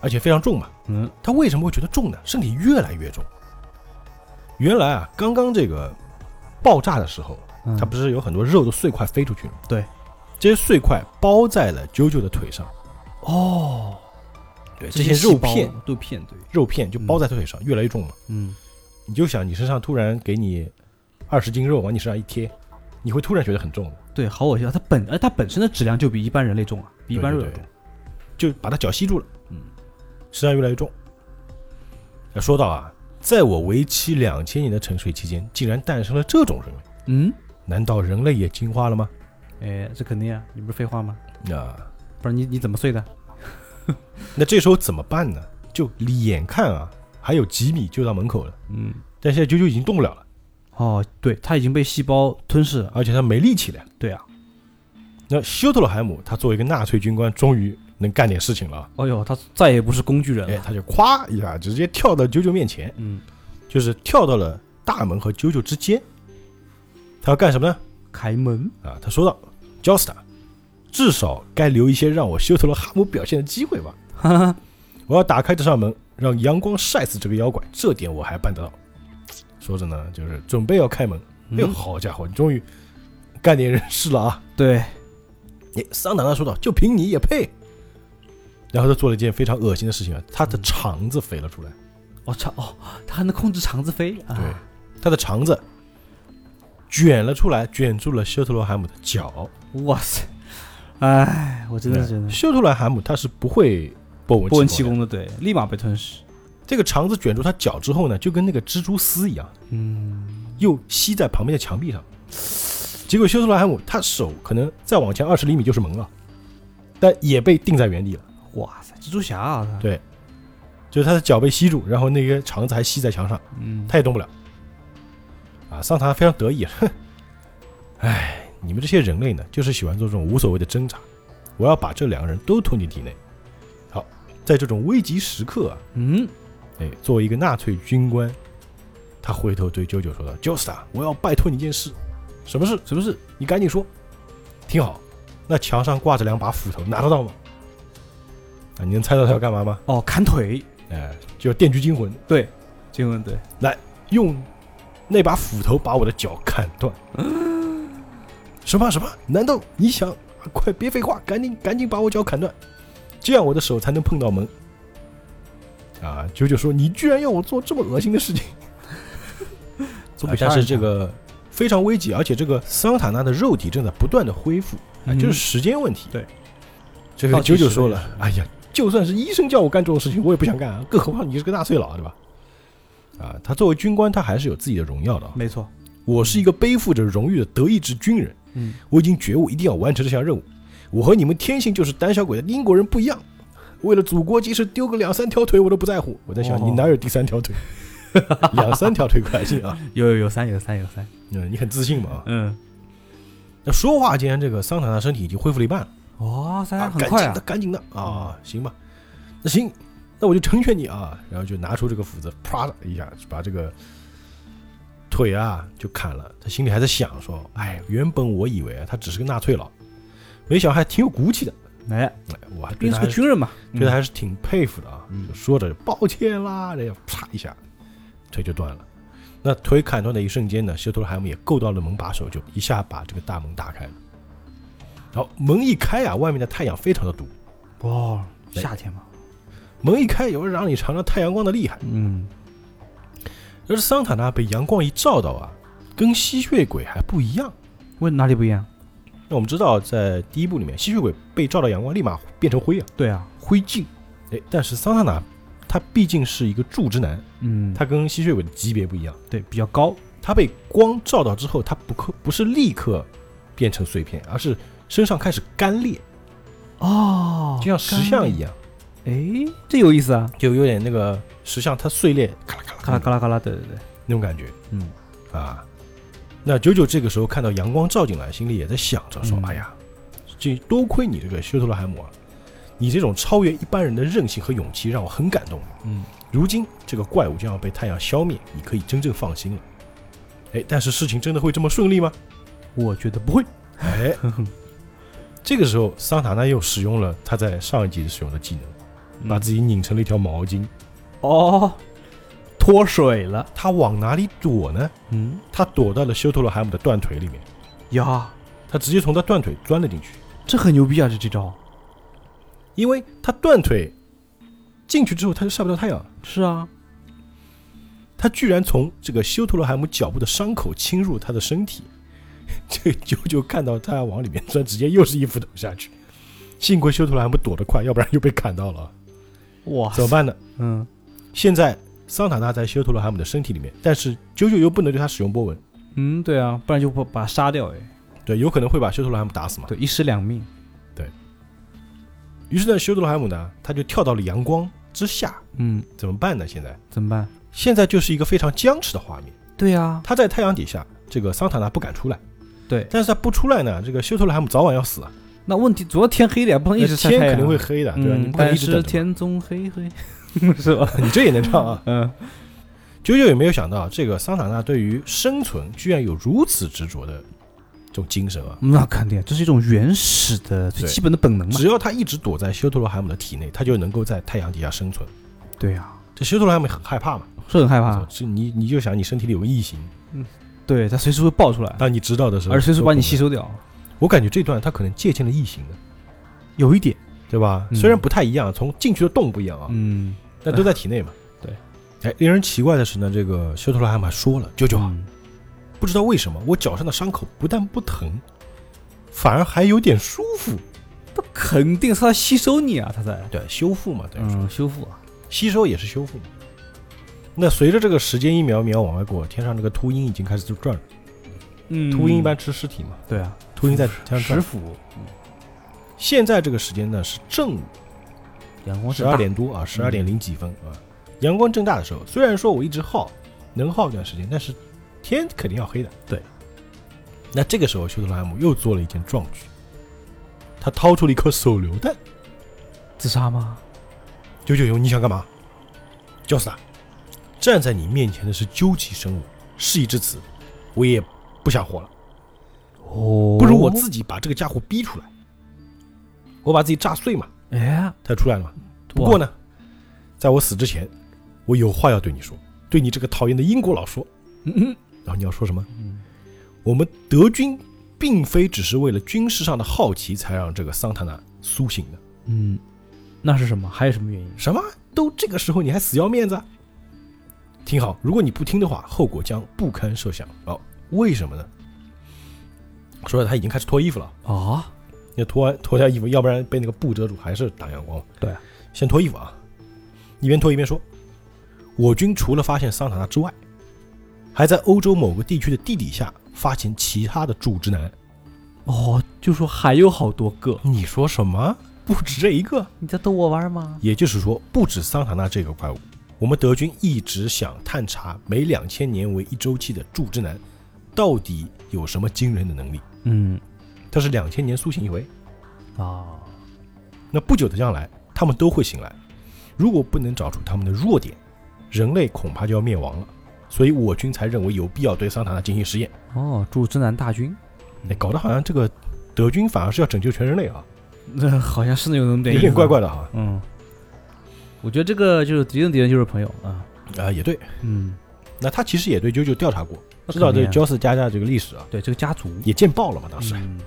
Speaker 2: 而且非常重嘛，
Speaker 3: 嗯，
Speaker 2: 他为什么会觉得重呢？身体越来越重。原来啊，刚刚这个爆炸的时候，
Speaker 3: 嗯，
Speaker 2: 它不是有很多肉的碎块飞出去吗？
Speaker 3: 对，
Speaker 2: 这些碎块包在了啾啾的腿上。
Speaker 3: 哦，
Speaker 2: 对，这
Speaker 3: 这
Speaker 2: 些
Speaker 3: 些
Speaker 2: 肉片，
Speaker 3: 肉片对，
Speaker 2: 肉片就包在腿上，越来越重了。
Speaker 3: 嗯，
Speaker 2: 你就想，你身上突然给你二十斤肉往你身上一贴，你会突然觉得很重的，
Speaker 3: 对，好恶心啊！它本呃它本身的质量就比一般人类重啊，比一般肉
Speaker 2: 对
Speaker 3: 要
Speaker 2: 对
Speaker 3: 重。
Speaker 2: 就把它脚吸住了。
Speaker 3: 嗯，
Speaker 2: 身上越来越重。要说到啊，在我为期两千年的沉睡期间，竟然诞生了这种人类，
Speaker 3: 嗯，
Speaker 2: 难道人类也进化了吗？
Speaker 3: 哎，这肯定啊，你不是废话吗？
Speaker 2: 啊，
Speaker 3: 不然你你怎么睡的？
Speaker 2: 那这时候怎么办呢？就眼看啊，还有几米就到门口了，
Speaker 3: 嗯，
Speaker 2: 但现在啾啾已经动不了了，
Speaker 3: 哦，对，它已经被细胞吞噬了。
Speaker 2: 而且他没力气了。
Speaker 3: 对啊，
Speaker 2: 那休特罗海姆他作为一个纳粹军官，终于能干点事情了啊。
Speaker 3: 哎呦，它再也不是工具人
Speaker 2: 哎，
Speaker 3: 了。
Speaker 2: 他就咵一下直接跳到啾啾面前，
Speaker 3: 嗯，
Speaker 2: 就是跳到了大门和啾啾之间。他要干什么呢？
Speaker 3: 开门。
Speaker 2: 啊，他说道：“焦斯塔，至少该留一些让我休特罗哈姆表现的机会吧。
Speaker 3: 哈哈，
Speaker 2: 我要打开这扇门，让阳光晒死这个妖怪，这点我还办得到。”说着呢，就是准备要开门。哎呦，
Speaker 3: 嗯
Speaker 2: 好家伙，你终于干点人事了啊！
Speaker 3: 对，
Speaker 2: 哎，桑塔纳说道：“就凭你也配？”然后他做了一件非常恶心的事情啊，他的肠子飞了出来。
Speaker 3: 哦长哦，它还能控制肠子飞啊。
Speaker 2: 对，他的肠子卷了出来，卷住了休特罗海姆的脚。
Speaker 3: 哇塞，哎，我真的觉得
Speaker 2: 休特罗海姆他是不会波纹
Speaker 3: 波纹
Speaker 2: 气
Speaker 3: 气
Speaker 2: 功的。
Speaker 3: 功的，对，立马被吞噬。
Speaker 2: 这个肠子卷住他脚之后呢，就跟那个蜘蛛丝一样，
Speaker 3: 嗯，
Speaker 2: 又吸在旁边的墙壁上。结果休特罗海姆他手可能再往前二十厘米就是门了，但也被定在原地了，
Speaker 3: 哇塞，蜘蛛侠啊，它
Speaker 2: 对就是他的脚被吸住，然后那个肠子还吸在墙上，
Speaker 3: 嗯，
Speaker 2: 他也动不了。啊， 桑塔纳非常得意，哼，哎，你们这些人类呢，就是喜欢做这种无所谓的挣扎。我要把这两个人都吞进体内。好，在这种危急时刻啊，
Speaker 3: 嗯，
Speaker 2: 哎，作为一个纳粹军官，他回头对啾啾说道 j o s t a 我要拜托你一件事。”什么事？什么事？你赶紧说。听好，那墙上挂着两把斧头，拿得到吗？啊，你能猜到他要干嘛吗？
Speaker 3: 哦，砍腿，
Speaker 2: 哎，就是电锯惊魂，
Speaker 3: 对，惊文对，
Speaker 2: 用那把斧头把我的脚砍断。什么什么？难道你想啊快别废话，赶紧赶紧把我脚砍断，这样我的手才能碰到门。”啊，九九说：“你居然要我做这么恶心的事情！”
Speaker 3: 总
Speaker 2: 啊但
Speaker 3: 比杀
Speaker 2: 是
Speaker 3: 人
Speaker 2: 这
Speaker 3: 强
Speaker 2: 个非常危急，而且这个桑塔纳的肉体正在不断的恢复，啊，
Speaker 3: 嗯
Speaker 2: 就是时间问题。
Speaker 4: 对，
Speaker 2: 这个
Speaker 3: 倒计
Speaker 2: 九
Speaker 3: 时
Speaker 2: 九说了，哎呀，就算是医生叫我干这种事情，我也不想干啊，更何况你是个纳粹佬，对吧？啊，他作为军官，他还是有自己的荣耀
Speaker 3: 嗯
Speaker 2: 的啊。
Speaker 4: 没错，
Speaker 2: 我是一个背负着荣誉的德意志军人，
Speaker 4: 嗯，
Speaker 2: 我已经觉悟一定要完成这项任务。我和你们天性就是胆小鬼的英国人不一样，为了祖国，即使丢个两三条腿我都不在乎。我在想，
Speaker 4: 哦
Speaker 2: 你哪有第三条腿？ 两三条腿还行啊，
Speaker 4: 有有有三有三有三，
Speaker 2: 嗯，你很自信嘛啊？
Speaker 4: 嗯，
Speaker 2: 那说话间，这个桑塔纳身体已经恢复了一半了，
Speaker 4: 哦
Speaker 3: 哇塞，
Speaker 2: 啊，
Speaker 3: 很
Speaker 2: 赶
Speaker 3: 快
Speaker 2: 紧
Speaker 3: 啊
Speaker 2: 的，！赶紧的啊，行吧，那行，那我就成全你啊，然后就拿出这个斧子，啪的一下就把这个腿啊就砍了。他心里还在想说，哎，原本我以为啊他只是个纳粹佬，没想到还挺有骨气的，
Speaker 4: 哎，
Speaker 2: 哎，我还对
Speaker 3: 毕竟
Speaker 2: 他
Speaker 3: 是
Speaker 2: 还
Speaker 3: 个
Speaker 2: 是
Speaker 3: 军人嘛，
Speaker 2: 对他还是挺佩服的啊。
Speaker 4: 嗯
Speaker 2: 就说着抱歉啦，然后啪一下，腿就断了。那腿砍断的一瞬间呢，希特勒海姆也够到了门把手，就一下把这个大门打开了。好，门一开啊，外面的太阳非常的毒，
Speaker 4: 哇，
Speaker 2: 对
Speaker 4: 夏天嘛，
Speaker 2: 门一开也会让你尝尝太阳光的厉害。
Speaker 4: 嗯，
Speaker 2: 而桑塔纳被阳光一照到啊，跟吸血鬼还不一样。
Speaker 4: 问哪里不一样？
Speaker 2: 那我们知道，在第一部里面，吸血鬼被照到阳光立马变成灰啊，
Speaker 4: 对啊，
Speaker 2: 灰烬。哎，但是桑塔纳他毕竟是一个柱之男，
Speaker 4: 嗯，
Speaker 2: 他跟吸血鬼的级别不一样。
Speaker 4: 对比较高，
Speaker 2: 它被光照到之后，它不可不是立刻变成碎片，而是身上开始干裂，
Speaker 4: 哦
Speaker 2: 就像石像一样，
Speaker 4: 哎，这有意思啊，
Speaker 2: 就有点那个石像它碎裂，咔啦咔
Speaker 4: 嘎啦
Speaker 2: 啦
Speaker 4: 嘎啦嘎啦，对对对，
Speaker 2: 那种感觉
Speaker 4: 嗯，
Speaker 2: 啊。那九九这个时候看到阳光照进来，心里也在想着说：“
Speaker 4: 嗯
Speaker 2: 哎呀，这多亏你这个修特罗海姆啊，你这种超越一般人的韧性和勇气让我很感动。
Speaker 4: 嗯，
Speaker 2: 如今这个怪物将要被太阳消灭，你可以真正放心了。”哎，但是事情真的会这么顺利吗？
Speaker 4: 我觉得不会，
Speaker 2: 哎，这个时候桑塔纳又使用了他在上一集使用的技能，
Speaker 4: 嗯
Speaker 2: 把自己拧成了一条毛巾。
Speaker 4: 哦，脱水了，
Speaker 2: 他往哪里躲呢？
Speaker 4: 嗯
Speaker 2: 他躲到了修特罗海姆的断腿里面，
Speaker 4: 呀，
Speaker 2: 他直接从他断腿钻了进去，
Speaker 4: 这很牛逼啊，这这招，
Speaker 2: 因为他断腿进去之后他就晒不到太阳，
Speaker 4: 是啊，
Speaker 2: 他居然从这个修特罗海姆脚部的伤口侵入他的身体。 这个九九看到他要往里面钻，直接又是一斧头下去。幸亏修特罗海姆躲得快，要不然又被砍到了，
Speaker 4: 哇
Speaker 2: 怎么办呢？
Speaker 4: 嗯，
Speaker 2: 现在桑塔纳在修特罗海姆的身体里面，但是九九又不能对他使用波纹，
Speaker 4: 嗯，对啊，不然就把把他杀掉哎，
Speaker 2: 对，有可能会把修特罗海姆打死嘛。
Speaker 4: 对，一尸两命，
Speaker 2: 于是呢，修特罗海姆呢，他就跳到了阳光之下，
Speaker 4: 嗯，
Speaker 2: 怎么办呢？现在
Speaker 4: 怎么办？
Speaker 2: 现在就是一个非常僵持的画面。
Speaker 4: 对啊，
Speaker 2: 他在太阳底下，这个桑塔纳不敢出来，
Speaker 4: 对，
Speaker 2: 但是他不出来呢，这个修特罗海姆早晚要死啊，
Speaker 4: 那问题主要呃天黑了呀，不能一直晒
Speaker 2: 天
Speaker 4: 太阳啊
Speaker 2: 肯定会黑的，对吧？你
Speaker 4: 嗯，
Speaker 2: 不可能
Speaker 4: 但
Speaker 2: 一直
Speaker 4: 是
Speaker 2: 等着嘛，
Speaker 4: 天中黑黑， 是吧？
Speaker 2: 你这也能唱啊？
Speaker 4: 嗯，
Speaker 2: 九九有没有想到，这个桑塔纳对于生存居然有如此执着的这种精神啊？
Speaker 3: 那
Speaker 4: 那肯定，这是一种原始的最
Speaker 2: 对
Speaker 4: 基本的本能嘛。
Speaker 2: 只要他一直躲在修特罗海姆的体内，他就能够在太阳底下生存。
Speaker 4: 对呀，
Speaker 2: 这修特罗海姆很害怕嘛？
Speaker 4: 是很害怕，
Speaker 2: 是你你就想你身体里有个异形，
Speaker 4: 对，它随时会爆出来，
Speaker 2: 当你知道的时候，
Speaker 4: 啊而随时把你吸
Speaker 2: 收。
Speaker 4: 收掉。
Speaker 2: 我感觉这段他可能借鉴了异形的，
Speaker 4: 有一点，
Speaker 2: 对吧？
Speaker 4: 嗯
Speaker 2: 虽然不太一样，从进去的洞不一样啊，
Speaker 4: 嗯，
Speaker 2: 但都在体内嘛。
Speaker 4: 对。
Speaker 2: 哎，令人奇怪的是呢，这个修特罗海姆还说了，舅舅啊，
Speaker 4: 嗯
Speaker 2: 不知道为什么我脚上的伤口不但不疼，反而还有点舒服。
Speaker 4: 它肯定是它吸收你啊，它在，
Speaker 2: 对，修复嘛，等于说
Speaker 4: 嗯，修复啊，
Speaker 2: 吸收也是修复嘛。那随着这个时间一秒一秒往外过，天上这个秃鹰已经开始就转了。
Speaker 4: 嗯
Speaker 2: 秃鹰一般吃尸体嘛，
Speaker 4: 对啊，
Speaker 2: 秃鹰在天上
Speaker 4: 食
Speaker 2: 转。
Speaker 4: 腐，
Speaker 2: 现在这个时间呢是正午
Speaker 4: 阳光
Speaker 2: 十二，点多啊，十二点零几分啊，阳光正大的时候，虽然说我一直耗，能耗一段时间，但是天肯定要黑的。
Speaker 4: 对，
Speaker 2: 那这个时候修特拉姆又做了一件壮举，他掏出了一颗手榴弹。
Speaker 4: 自杀吗？
Speaker 2: 九九九，你想干嘛？叫死他！站在你面前的是究极生物，事已至此，我也不想活了，
Speaker 4: 哦
Speaker 2: 不如我，自己把这个家伙逼出来，我把自己炸碎嘛，
Speaker 4: 哎，
Speaker 2: 他就出来了嘛。不过呢，在我死之前，我有话要对你说，对你这个讨厌的英国佬说。
Speaker 4: 嗯，
Speaker 2: 然后你要说什么？
Speaker 4: 嗯
Speaker 2: 我们德军并非只是为了军事上的好奇才让这个桑塔纳苏醒的。
Speaker 4: 嗯，那是什么？还有什么原因？
Speaker 2: 什么？都这个时候你还死要面子啊？听好，如果你不听的话，后果将不堪设想。哦，为什么呢？说他已经开始脱衣服了，
Speaker 4: 啊，
Speaker 2: 你脱完脱掉衣服，要不然被那个布遮住，还是打阳光。
Speaker 4: 对啊，
Speaker 2: 先脱衣服啊，一边脱一边说，我军除了发现桑塔纳之外，还在欧洲某个地区的地底下发现其他的柱之男。
Speaker 4: 哦，就说还有好多个，
Speaker 2: 你说什么？不止这一个？
Speaker 4: 你在逗我玩吗？
Speaker 2: 也就是说，不止桑塔纳这个怪物，我们德军一直想探查每两千年为一周期的柱之男到底有什么惊人的能力。
Speaker 4: 嗯
Speaker 2: 他是两千年苏醒一回，
Speaker 4: 啊，
Speaker 2: 那不久的将来，他们都会醒来。如果不能找出他们的弱点，人类恐怕就要灭亡了。所以我军才认为有必要对桑塔纳进行实验。
Speaker 4: 哦，驻之南大军，
Speaker 2: 哎，搞得好像这个德军反而是要拯救全人类啊，
Speaker 4: 那 好像是有那么点
Speaker 2: 有
Speaker 4: 意
Speaker 2: 点
Speaker 4: 思
Speaker 2: 怪怪的哈。
Speaker 4: 嗯，我觉得这个就是敌人，敌人就是朋友啊。
Speaker 2: 啊、也对。
Speaker 4: 嗯，
Speaker 2: 那他其实也对啾啾调查过，
Speaker 4: 那
Speaker 2: 知道
Speaker 4: 肯定
Speaker 2: 这
Speaker 4: 啊
Speaker 2: 焦斯加加这个历史啊，
Speaker 4: 对这个家族
Speaker 2: 也见报了嘛。当时、
Speaker 4: 嗯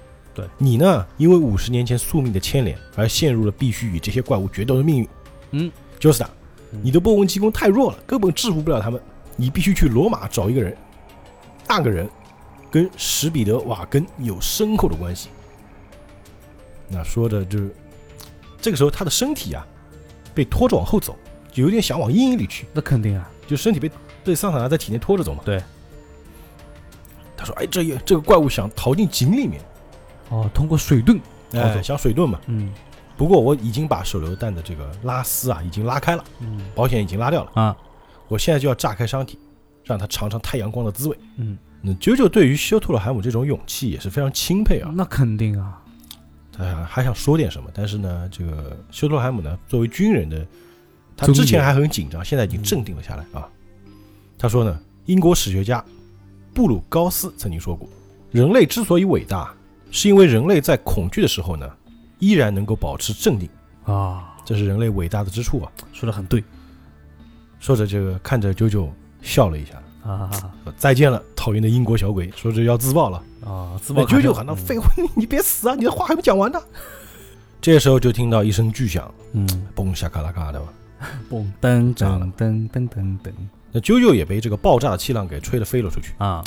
Speaker 2: 你呢，因为五十年前宿命的牵连，而陷入了必须与这些怪物决斗的命运。
Speaker 4: 嗯，
Speaker 2: 焦斯达，
Speaker 4: 嗯
Speaker 2: 你的波纹气功太弱了，根本制服不了他们。你必须去罗马找一个人，那个人跟史彼得瓦根有深厚的关系。那说着就是，这个时候他的身体啊，被拖着往后走，就有点想往阴影里去。
Speaker 4: 那肯定啊，
Speaker 2: 就身体被被桑塔纳在体内拖着走嘛。
Speaker 4: 对。
Speaker 2: 他说：“哎，这也这个怪物想逃进井里面，
Speaker 4: 哦，通过水遁，逃走
Speaker 2: 哎，想水遁嘛。
Speaker 4: 嗯
Speaker 2: 不过我已经把手榴弹的这个拉丝啊，已经拉开了，
Speaker 4: 嗯
Speaker 2: 保险已经拉掉了。
Speaker 4: 啊
Speaker 2: 我现在就要炸开伤体，让他尝尝太阳光的滋味。
Speaker 4: 嗯，
Speaker 2: 那啾啾对于修特罗海姆这种勇气也是非常钦佩啊。
Speaker 3: 嗯
Speaker 4: 那肯定啊，
Speaker 2: 他想还想说点什么，但是呢，这个修特罗海姆呢，作为军人的，他
Speaker 4: 尊
Speaker 2: 之前
Speaker 4: 严
Speaker 2: 还很紧张，现在已经镇定了下来啊。他说呢，英国史学家布鲁高斯曾经说过，人类之所以伟大，是因为人类在恐惧的时候呢，依然能够保持镇定，
Speaker 4: 啊，
Speaker 2: 这是人类伟大的之处啊。
Speaker 4: 说的很对
Speaker 2: 说着这个，看着啾啾笑了一下，
Speaker 4: 啊
Speaker 2: 说再见了，讨厌的英国小鬼，说着要自爆了。哎
Speaker 4: 啊，自
Speaker 2: 那
Speaker 4: 爆
Speaker 2: 啾啾喊道：“废话， 你你别死啊，你的话还没讲完呢。”这时候就听到一声巨响，
Speaker 4: 嗯，
Speaker 2: 嘣下咔啦咔的嘛。
Speaker 4: 嘣噔
Speaker 2: 炸了
Speaker 4: 噔噔噔噔噔
Speaker 2: 那啾啾也被这个爆炸的气浪给吹得飞了出去。
Speaker 4: 啊，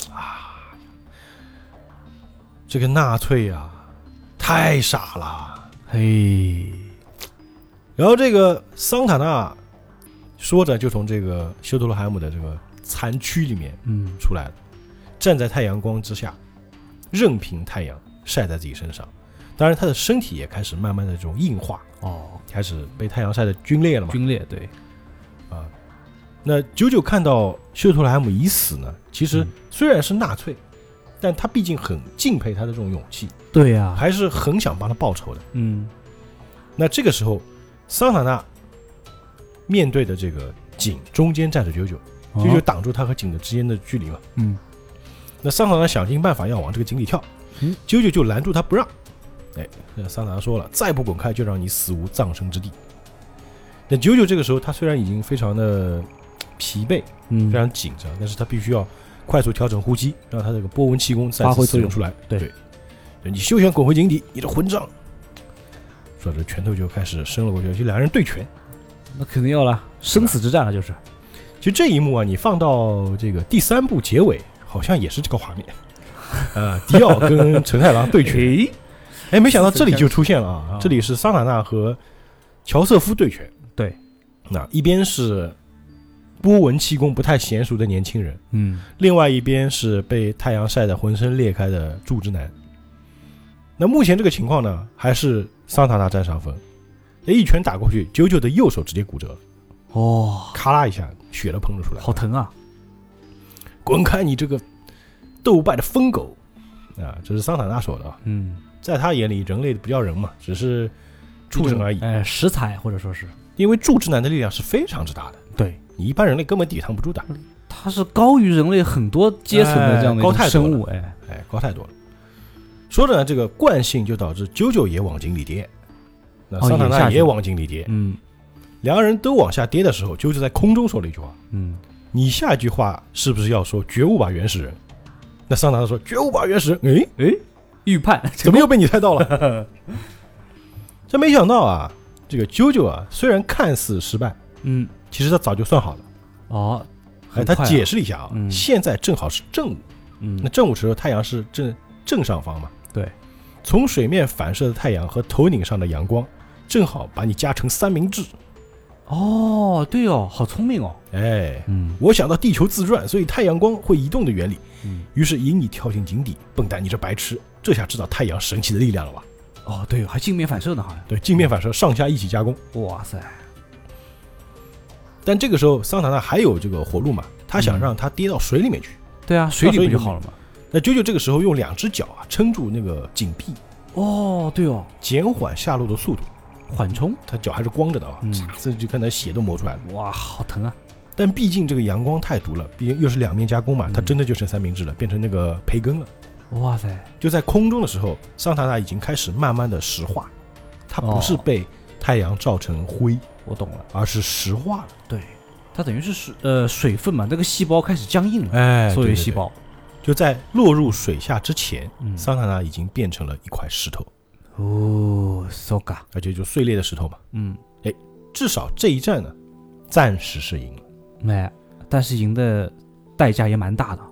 Speaker 2: 这个纳粹呀、啊，太傻了。
Speaker 4: 嘿，
Speaker 2: 然后这个桑塔纳说着就从这个修特罗海姆的这个残躯里面
Speaker 4: 嗯
Speaker 2: 出来了，站在太阳光之下，任凭太阳晒在自己身上。当然，他的身体也开始慢慢的这种硬化，
Speaker 4: 哦，
Speaker 2: 开始被太阳晒的皲裂了嘛。
Speaker 4: 军裂对，
Speaker 2: 啊，那九九看到修图莱姆已死呢，其实
Speaker 4: 嗯
Speaker 2: 虽然是纳粹，但他毕竟很敬佩他的这种勇气，
Speaker 4: 对呀，
Speaker 2: 还是很想帮他报仇的。
Speaker 4: 嗯
Speaker 2: 那这个时候，桑塔纳面对的这个井中间站着九九，
Speaker 4: 哦
Speaker 2: 九九挡住他和井的之间的距离嘛。
Speaker 4: 嗯，
Speaker 2: 那桑塔纳想尽办法要往这个井里跳
Speaker 4: 嗯，
Speaker 2: 九九就拦住他不让。哎，那桑塔纳说了，再不滚开就让你死无葬身之地。那九九这个时候，他虽然已经非常的疲惫，
Speaker 4: 嗯
Speaker 2: 非常紧张，但是他必须要快速调整呼吸，让他这个波纹气功再
Speaker 4: 发
Speaker 2: 次
Speaker 4: 挥
Speaker 2: 使
Speaker 4: 作
Speaker 2: 用
Speaker 4: 用
Speaker 2: 出来。
Speaker 4: 对
Speaker 2: 对，对你休想滚回井底，你的混账！说着拳头就开始伸了过去，就两人对拳。
Speaker 4: 那肯定要了，生死之战了就是，
Speaker 2: 其实这一幕啊，你放到这个第三部结尾，好像也是这个 画面。呃，迪奥跟陈太郎对拳，
Speaker 4: 诶，
Speaker 2: 哎，没想到这里就出现了啊
Speaker 4: 啊！
Speaker 2: 这里是桑塔纳和乔瑟夫对拳。
Speaker 4: 对，
Speaker 2: 那一边是波纹气功不太娴熟的年轻人，
Speaker 4: 嗯
Speaker 2: 另外一边是被太阳晒得浑身裂开的柱之男。那目前这个情况呢，还是桑塔纳占上风，一拳打过去，九九的右手直接骨折了，
Speaker 4: 哦，
Speaker 2: 咔啦一下，血都喷了出来。
Speaker 4: 好疼啊，
Speaker 2: 滚开，你这个斗败的疯狗！啊，这是桑塔纳说的啊，
Speaker 4: 嗯。
Speaker 2: 在他眼里，人类不叫人嘛，只是畜生而已。
Speaker 4: 哎，食材或者说是，
Speaker 2: 因为柱之男的力量是非常之大的，
Speaker 4: 对，
Speaker 2: 你一般人类根本抵抗不住的。
Speaker 4: 嗯它是高于人类很多阶层的这样的一
Speaker 2: 哎高
Speaker 4: 种
Speaker 2: 太多了
Speaker 4: 生物，哎，
Speaker 2: 哎，高太多了。说着呢，这个惯性就导致啾啾也往井里跌，那
Speaker 4: 哦
Speaker 2: 桑塔
Speaker 4: 也下
Speaker 2: 纳
Speaker 4: 去
Speaker 2: 也
Speaker 4: 了
Speaker 2: 往井里跌，
Speaker 4: 嗯
Speaker 2: 两个人都往下跌的时候，啾啾在空中说了一句话
Speaker 4: 嗯，：“
Speaker 2: 你下一句话是不是要说‘觉悟吧，原始人’？”那桑塔纳说：“觉悟吧，原始人。”哎，
Speaker 4: 哎，
Speaker 3: 预判，
Speaker 2: 怎么又被你猜到了？这没想到啊，这个啾啾啊，虽然看似失败，
Speaker 3: 嗯，
Speaker 2: 其实他早就算好了。
Speaker 3: 哦，
Speaker 2: 哎，
Speaker 3: 很
Speaker 2: 他
Speaker 3: 快啊
Speaker 2: 解释了一下啊，
Speaker 3: 嗯
Speaker 2: 现在正好是正午，
Speaker 3: 嗯
Speaker 2: 那，正午时候太阳是正正上方嘛？
Speaker 3: 对，
Speaker 2: 从水面反射的太阳和头顶上的阳光，正好把你夹成三明治。
Speaker 3: 哦，对哦，好聪明哦，
Speaker 2: 哎，
Speaker 3: 嗯
Speaker 2: 我想到地球自转，所以太阳光会移动的原理，
Speaker 3: 嗯，
Speaker 2: 于是引你跳进井底。笨蛋，你这白痴！这下知道太阳神奇的力量了吧？
Speaker 3: 哦，对哦，还镜面反射呢，好像，
Speaker 2: 对，镜面反射上下一起加工。
Speaker 3: 哇塞，
Speaker 2: 但这个时候，桑塔纳还有这个活路嘛？他想
Speaker 3: 嗯
Speaker 2: 让它跌到水里面去。
Speaker 3: 对啊，水里不就好了吗？
Speaker 2: 那啾啾这个时候用两只脚啊撑住那个井壁，
Speaker 3: 哦，对哦，
Speaker 2: 减缓下落的速度。
Speaker 3: 缓冲，
Speaker 2: 他脚还是光着的啊，
Speaker 3: 嗯
Speaker 2: 嚓这就看他血都磨出来了。
Speaker 3: 哇，好疼啊，
Speaker 2: 但毕竟这个阳光太毒了，毕竟又是两面加工嘛，
Speaker 3: 嗯
Speaker 2: 它真的就成三明治了，变成那个培根了。
Speaker 3: 哇塞，
Speaker 2: 就在空中的时候，桑塔纳已经开始慢慢的石化，它不是
Speaker 3: 哦
Speaker 2: 被太阳照成灰，
Speaker 3: 我懂了，
Speaker 2: 而是石化了。
Speaker 3: 它等于是水呃水分嘛，那个细胞开始僵硬了，
Speaker 2: 哎
Speaker 3: 作为细，胞，
Speaker 2: 就在落入水下之前，
Speaker 3: 嗯
Speaker 2: 桑塔纳已经变成了一块石头，
Speaker 3: 哦，so ga，
Speaker 2: 而且就碎裂的石头嘛。
Speaker 3: 嗯，
Speaker 2: 至少这一战呢，暂时是赢了。
Speaker 3: 没，哎但是赢的代价也蛮大的，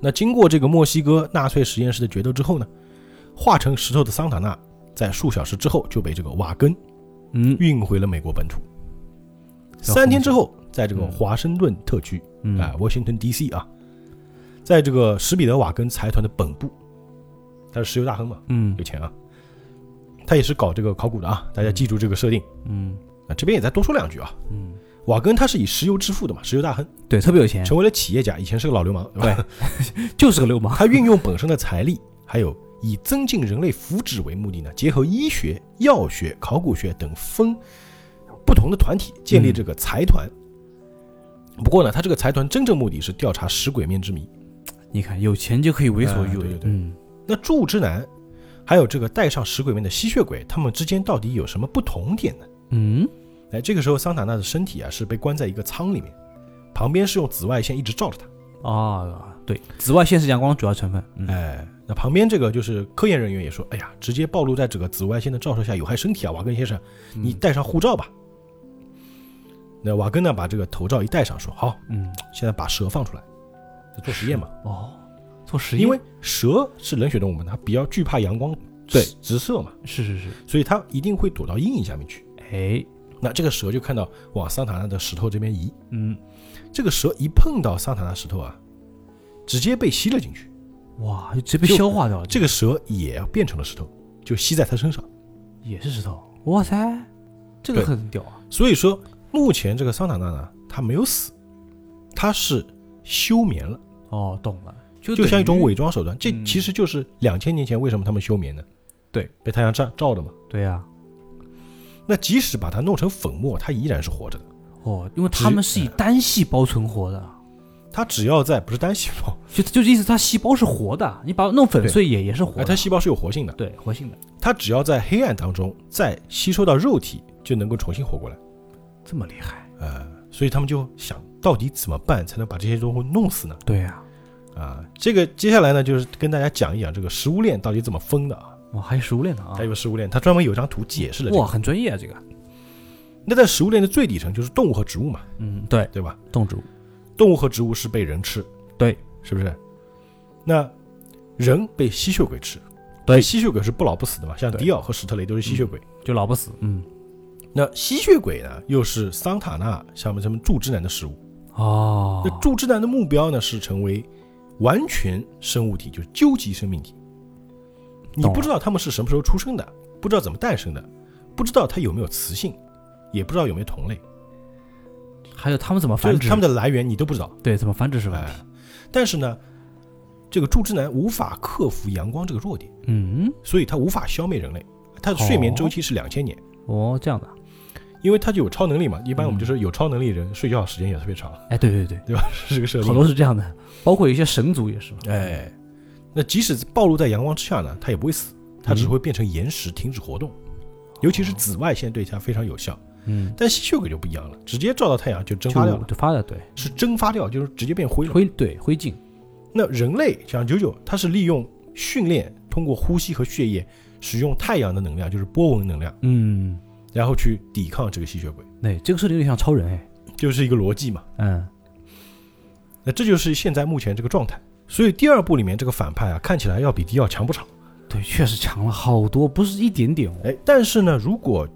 Speaker 2: 那经过这个墨西哥纳粹实验室的决斗之后呢，化成石头的桑塔纳在数小时之后就被这个瓦根
Speaker 3: 嗯
Speaker 2: 运回了美国本土。
Speaker 3: 叫
Speaker 2: 三天之后，在这个
Speaker 3: 嗯
Speaker 2: 华盛顿特区
Speaker 3: 嗯，
Speaker 2: 啊，Washington D.C. 啊，在这个史彼得瓦根财团的本部，他是石油大亨嘛，
Speaker 3: 嗯
Speaker 2: 有钱啊，他也是搞这个考古的啊，大家记住这个设定
Speaker 3: 嗯
Speaker 2: 啊。这边也再多说两句啊，
Speaker 3: 嗯，
Speaker 2: 瓦根他是以石油致富的嘛，石油大亨，
Speaker 3: 对，特别有钱，
Speaker 2: 成为了企业家，以前是个老流氓，对吧？
Speaker 3: 就是个流氓，
Speaker 2: 他运用本身的财力，还有以增进人类福祉为目的呢，结合医学、药学、考古学等分不同的团体，建立这个财团。不过呢，他这个财团真正目的是调查食鬼面之谜。
Speaker 3: 你看有钱就可以为所
Speaker 2: 哎
Speaker 3: 欲为
Speaker 2: 对对，对
Speaker 3: 嗯
Speaker 2: 那柱之男，还有这个戴上食鬼面的吸血鬼，他们之间到底有什么不同点呢？
Speaker 3: 嗯，
Speaker 2: 哎，这个时候桑塔纳的身体啊是被关在一个舱里面，旁边是用紫外线一直照着他。
Speaker 3: 啊，对，紫外线是阳光主要成分，嗯，
Speaker 2: 哎，那旁边这个就是科研人员也说，哎呀，直接暴露在这个紫外线的照射下有害身体啊，瓦根先生，你
Speaker 3: 嗯
Speaker 2: 戴上护罩吧。那瓦根呢，把这个头罩一戴上，说好，
Speaker 3: 嗯，
Speaker 2: 现在把蛇放出来，在做实验嘛，
Speaker 3: 哦，做实验，
Speaker 2: 因为蛇是冷血动物嘛，它比较惧怕阳光
Speaker 3: 对
Speaker 2: 直直射嘛，
Speaker 3: 是是是，
Speaker 2: 所以它一定会躲到阴影下面去。
Speaker 3: 哎，
Speaker 2: 那这个蛇就看到往桑塔纳的石头这边移，
Speaker 3: 嗯，
Speaker 2: 这个蛇一碰到桑塔纳石头啊，直接被吸了进去，
Speaker 3: 哇，就直接被
Speaker 2: 就
Speaker 3: 消化掉了，
Speaker 2: 这个蛇也变成了石头，就吸在它身上。
Speaker 3: 也是石头，哇塞，这个
Speaker 2: 对
Speaker 3: 很屌啊，
Speaker 2: 所以说，目前这个桑塔纳呢，他没有死，他是休眠了，
Speaker 3: 哦，懂了，就
Speaker 2: 就像一种
Speaker 3: 伪，
Speaker 2: 伪装手段。这
Speaker 3: 嗯
Speaker 2: 其实就是两千年前为什么他们休眠呢？
Speaker 3: 对，
Speaker 2: 被太阳照照的嘛。
Speaker 3: 对啊呀，
Speaker 2: 那即使把它弄成粉末，它依然是活着的。
Speaker 3: 哦，因为
Speaker 2: 只
Speaker 3: 他们是以单细胞存活的。
Speaker 2: 它只要在不是单细胞，
Speaker 3: 就就是意思，它细胞是活的，你把它弄粉
Speaker 2: 对
Speaker 3: 碎也也是活
Speaker 2: 哎，
Speaker 3: 的，
Speaker 2: 它细胞是有活性的，
Speaker 3: 对活性的，
Speaker 2: 它只要在黑暗当中再吸收到肉体，就能够重新活过来。
Speaker 3: 这么厉害？
Speaker 2: 呃，所以他们就想到底怎么办才能把这些东西弄死呢？
Speaker 3: 对呀、
Speaker 2: 啊，这个接下来呢，就是跟大家讲一讲这个食物链到底怎么分的啊。
Speaker 3: 哇，还有食物链呢啊
Speaker 2: 还！有食物链，它专门有一张图解释了这个
Speaker 3: 哇，。很专业啊，这个，
Speaker 2: 那在食物链的最底层就是动物和植物嘛，
Speaker 3: 嗯，对，
Speaker 2: 对吧？
Speaker 3: 动植物，
Speaker 2: 动物和植物是被人吃，
Speaker 3: 对，
Speaker 2: 是不是？那人被吸血鬼吃，
Speaker 3: 对
Speaker 2: 吸血鬼是不老不死的嘛，像
Speaker 3: 对
Speaker 2: 迪奥和史特雷都是吸血鬼。
Speaker 3: 就老不死，嗯，
Speaker 2: 那吸血鬼呢，又是桑塔纳像什么柱之男的食物。
Speaker 3: 哦
Speaker 2: 那，柱之男的目标呢是成为完全生物体，就是究极生命体。你
Speaker 3: 懂了
Speaker 2: 不知道他们是什么时候出生的，不知道怎么诞生的，不知道它有没有雌性，也不知道有没有同类，
Speaker 3: 还有他们怎么
Speaker 2: 就
Speaker 3: 繁
Speaker 2: 是
Speaker 3: 殖，
Speaker 2: 它们的来源你都不知道。
Speaker 3: 对怎么繁殖是问
Speaker 2: 哎
Speaker 3: 题，
Speaker 2: 但是呢，这个柱之男无法克服阳光这个弱点，
Speaker 3: 嗯，
Speaker 2: 所以他无法消灭人类。他的
Speaker 3: 哦
Speaker 2: 睡眠周期是两千年，
Speaker 3: 哦，这样的，
Speaker 2: 因为他就有超能力嘛。一般我
Speaker 3: 嗯
Speaker 2: 们就说有超能力人睡觉时间也特别长，
Speaker 3: 哎，对对对，
Speaker 2: 对吧？是这个设定。
Speaker 3: 好多是这样的，包括有一些神族也是嘛，
Speaker 2: 哎，那即使暴露在阳光之下呢，他也不会死，他只会变成岩石，停止活动。尤其是紫外线对它非常有效，
Speaker 3: 嗯，
Speaker 2: 但吸血鬼就不一样了，直接照到太阳就蒸发掉
Speaker 3: 就
Speaker 2: 了，
Speaker 3: 就发的，对，
Speaker 2: 是蒸发掉，就是直接变灰了。
Speaker 3: 灰对灰烬，
Speaker 2: 那人类像九九，他是利用训练，通过呼吸和血液使用太阳的能量，就是波纹能量，
Speaker 3: 嗯，
Speaker 2: 然后去抵抗这个吸血鬼，
Speaker 3: 对，这个设定有点像超人哎，
Speaker 2: 就是一个逻辑嘛。
Speaker 3: 嗯
Speaker 2: 那这就是现在目前这个状态。所以第二部里面这个反派啊，看起来要比第二强不少。
Speaker 3: 对，确实强了好多，不是一点点哦。
Speaker 2: 哎，但是呢，如果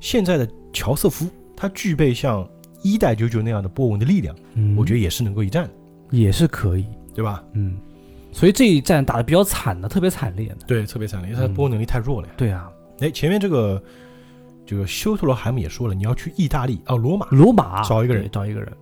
Speaker 2: 现在的乔瑟夫他具备像一代九九那样的波纹的力量，
Speaker 3: 嗯
Speaker 2: 我觉得也是能够一战的，
Speaker 3: 也是可以，
Speaker 2: 对吧？
Speaker 3: 嗯，所以这一战打的比较惨的，特别惨烈的。
Speaker 2: 对，特别惨烈，因为他的波纹能力太弱了呀。
Speaker 3: 对啊，
Speaker 2: 嗯哎，前面这个这个修特罗海姆也说了，你要去意大利哦，罗马，
Speaker 3: 罗马
Speaker 2: 找一个人
Speaker 3: 对找一个人，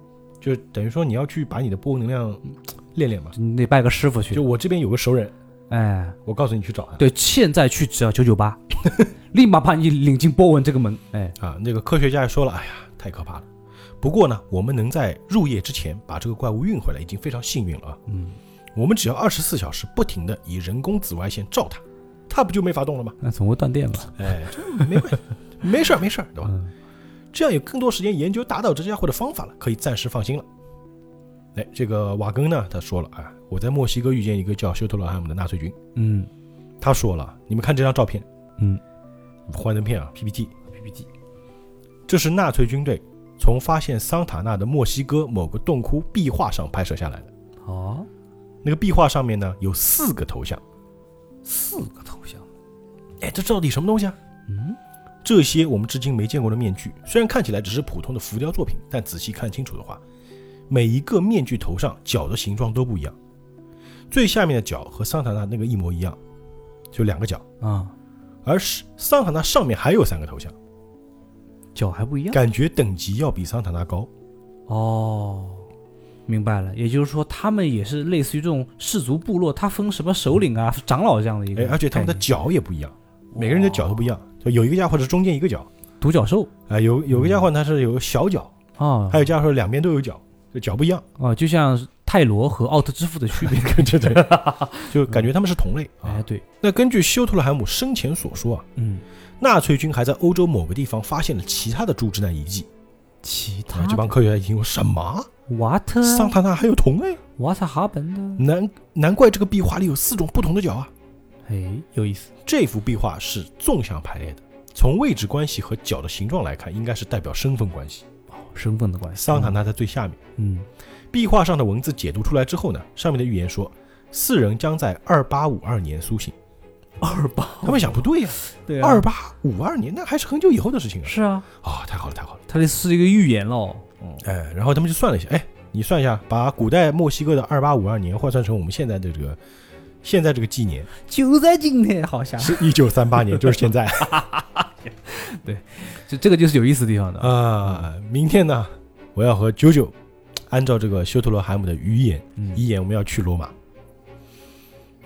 Speaker 2: 就等于说你要去把你的波纹能量嗯练练嘛。
Speaker 3: 你得拜个师傅去
Speaker 2: 就。我这边有个熟人，
Speaker 3: 哎，
Speaker 2: 我告诉你去找他。
Speaker 3: 对，现在去只要九九八， 立马把你领进波纹这个门。哎，
Speaker 2: 啊，那个科学家也说了，哎呀，太可怕了。不过呢，我们能在入夜之前把这个怪物运回来，已经非常幸运了啊。
Speaker 3: 嗯，
Speaker 2: 我们只要二十四小时不停的以人工紫外线照它，它不就没法动了吗？
Speaker 3: 那总会断电吧？
Speaker 2: 哎，这没关系，没事儿没事儿，对吧？
Speaker 3: 嗯
Speaker 2: 这样有更多时间研究打倒这家伙的方法了，可以暂时放心了。哎，这个瓦根呢，他说了啊，我在墨西哥遇见一个叫修特罗汉姆的纳粹军，
Speaker 3: 嗯
Speaker 2: 他说了，你们看这张照片，
Speaker 3: 嗯，
Speaker 2: 幻灯片啊，PPT PPT，这是纳粹军队从发现桑塔纳的墨西哥某个洞窟壁画上拍摄下来的。
Speaker 3: 哦，
Speaker 2: 那个壁画上面呢有四个头像，
Speaker 3: 四个头像，
Speaker 2: 哎，这到底什么东西啊？
Speaker 3: 嗯，
Speaker 2: 这些我们至今没见过的面具，虽然看起来只是普通的浮雕作品，但仔细看清楚的话，每一个面具头上脚的形状都不一样。最下面的脚和桑塔纳那个一模一样，就两个脚，
Speaker 3: 啊，
Speaker 2: 而是桑塔纳上面还有三个头像，
Speaker 3: 脚还不一样。
Speaker 2: 感觉等级要比桑塔纳高。
Speaker 3: 哦，明白了，也就是说他们也是类似于这种氏族部落，他分什么首领啊、长老这样的一个概
Speaker 2: 哎，
Speaker 3: 念。
Speaker 2: 而且他们的脚也不一样，每个人的脚都不一样，就有一个家伙是中间一个脚，
Speaker 3: 独角兽
Speaker 2: 啊、有有个家伙他是有个小脚，
Speaker 3: 啊
Speaker 2: 还有家伙两边都有脚，就脚不一样，
Speaker 3: 啊，就像泰罗和奥特之父的区别。
Speaker 2: 对对对，就感觉他们是同类啊
Speaker 3: 哎，。对，
Speaker 2: 那根据休特勒海姆生前所说啊，
Speaker 3: 嗯，
Speaker 2: 纳粹军还在欧洲某个地方发现了其他的猪之难遗迹，
Speaker 3: 其
Speaker 2: 啊
Speaker 3: 他，
Speaker 2: 这帮科学家一听说什么
Speaker 3: 瓦特啊
Speaker 2: 桑塔纳还有同类，
Speaker 3: 瓦萨哈本的，
Speaker 2: 难难怪这个壁画里有四种不同的脚啊。
Speaker 3: 哎，有意思。
Speaker 2: 这幅壁画是纵向排列的，从位置关系和脚的形状来看，应该是代表身份关系。
Speaker 3: 身份的关系。
Speaker 2: 桑塔，纳在最下面。
Speaker 3: 嗯，
Speaker 2: 壁画上的文字解读出来之后呢，上面的预言说，四人将在二八五二年苏醒。
Speaker 3: 二八，
Speaker 2: 他们想不对呀、
Speaker 3: 哦对啊
Speaker 2: 二八五二年那还是很久以后的事情啊！
Speaker 3: 是啊，
Speaker 2: 啊、太好了，太好了。
Speaker 3: 他这是一个预言喽。
Speaker 2: 哎，然后他们就算了一下，哎，你算一下，把古代墨西哥的二八五二年换算成我们现在的这个现在这个纪年
Speaker 3: 就在今天，好像
Speaker 2: 是一九三八 年，就是现在
Speaker 3: 这这个就是有意思的地方的。
Speaker 2: 啊。明天呢，我要和九九按照这个修特罗海姆的遗言，
Speaker 3: 嗯
Speaker 2: 遗言我们要去罗马。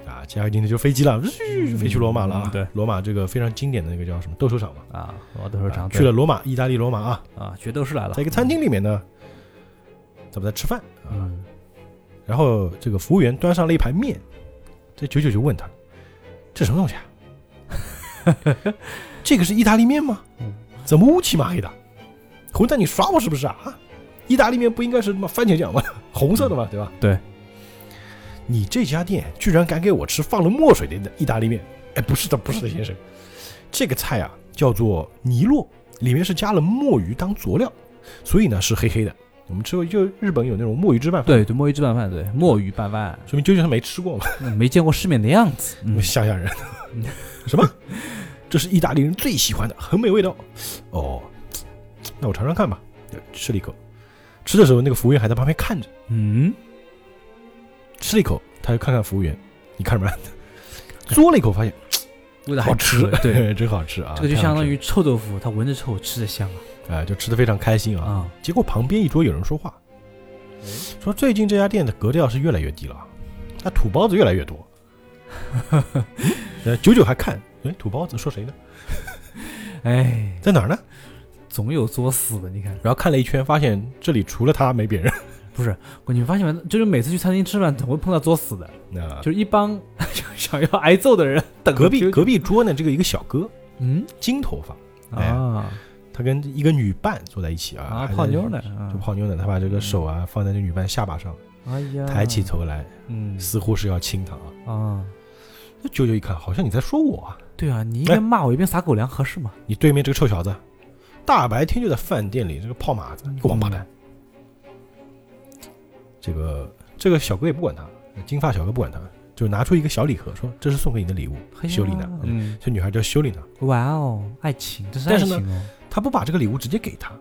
Speaker 2: 啊，接下来今天就飞机了，飞去罗马了啊！
Speaker 3: 嗯对，
Speaker 2: 罗马这个非常经典的那个叫什么斗兽场嘛，
Speaker 3: 啊，我都是
Speaker 2: 啊
Speaker 3: 长
Speaker 2: 去了罗马，意大利罗马啊，
Speaker 3: 啊，决斗士来了，
Speaker 2: 在一个餐厅里面呢，咱们在吃饭啊，
Speaker 3: 嗯，
Speaker 2: 然后这个服务员端上了一盘面，这九九就问他：“这什么东西啊？啊这个是意大利面吗？怎么乌漆嘛黑的？混蛋，你耍我是不是啊？啊意大利面不应该是他妈番茄酱吗？ 红色的吗？对吧？
Speaker 3: 对。
Speaker 2: 你这家店居然敢给我吃放了墨水的意大利面？哎，不是的，不是的，先生，这个菜啊叫做泥洛，里面是加了墨鱼当佐料，所以呢是黑黑的。我们吃过，就日本有那种墨鱼汁拌饭，
Speaker 3: 对对，墨鱼吃拌饭，对，墨鱼拌饭，
Speaker 2: 说明啾啾他没吃过嘛。”
Speaker 3: 嗯没见过世面的样子。 嗯
Speaker 2: 乡下人，什么？这是意大利人最喜欢的，很美味道。哦，那我尝尝看吧。吃了一口，吃的时候那个服务员还在旁边看着，
Speaker 3: 嗯，
Speaker 2: 吃了一口，他就看看服务员，你看什 么？嘬了一口，发现
Speaker 3: 味道还
Speaker 2: 好吃，
Speaker 3: 嗯 对，，
Speaker 2: 真好吃啊！
Speaker 3: 这个就相当于
Speaker 2: 太
Speaker 3: 臭豆腐，它闻着臭，吃着香
Speaker 2: 好吃了哎，就吃的非常开心
Speaker 3: 啊
Speaker 2: 啊。
Speaker 3: 啊。
Speaker 2: 结果旁边一桌有人说话，说最近这家店的格调是越来越低了啊，那土包子越来越多。 呃，九九还看，哎，土包子说谁呢？
Speaker 3: 哎，
Speaker 2: 在哪儿呢？
Speaker 3: 总有作死的，你看，
Speaker 2: 然后看了一圈，发现这里除了他没 别人。
Speaker 3: 不是，你发现没？就是每次去餐厅吃饭，总会碰到作死的，
Speaker 2: 那
Speaker 3: 就是一帮 想要挨揍的人等着
Speaker 2: 隔壁
Speaker 3: 就
Speaker 2: 隔壁桌呢，这个一个小哥，
Speaker 3: 嗯
Speaker 2: 金头发，哎
Speaker 3: 啊
Speaker 2: 他跟一个女伴坐在一起啊，
Speaker 3: 啊
Speaker 2: 还在
Speaker 3: 泡妞呢，
Speaker 2: 就
Speaker 3: 啊
Speaker 2: 泡妞呢。他把这个手啊放在这女伴下巴上，
Speaker 3: 哎呀，
Speaker 2: 抬起头来，
Speaker 3: 嗯
Speaker 2: 似乎是要亲她啊。
Speaker 3: 啊，
Speaker 2: 那舅舅一看，好像你在说我啊，
Speaker 3: 对啊，你一边骂我一边撒狗粮合适吗？
Speaker 2: 你对面这个臭小子，大白天就在饭店里这个泡马子，一个王八蛋。这个这个小哥也不管他，金发小哥不管他，就拿出一个小礼盒，说这是送给你的礼物，
Speaker 3: 哎嘿呀
Speaker 2: 修丽娜。嗯
Speaker 4: 嗯，
Speaker 2: 这女孩叫修丽娜，
Speaker 3: 哇哦，爱情，这是爱
Speaker 2: 但是呢
Speaker 3: 情哦。
Speaker 2: 她不把这个礼物直接给他，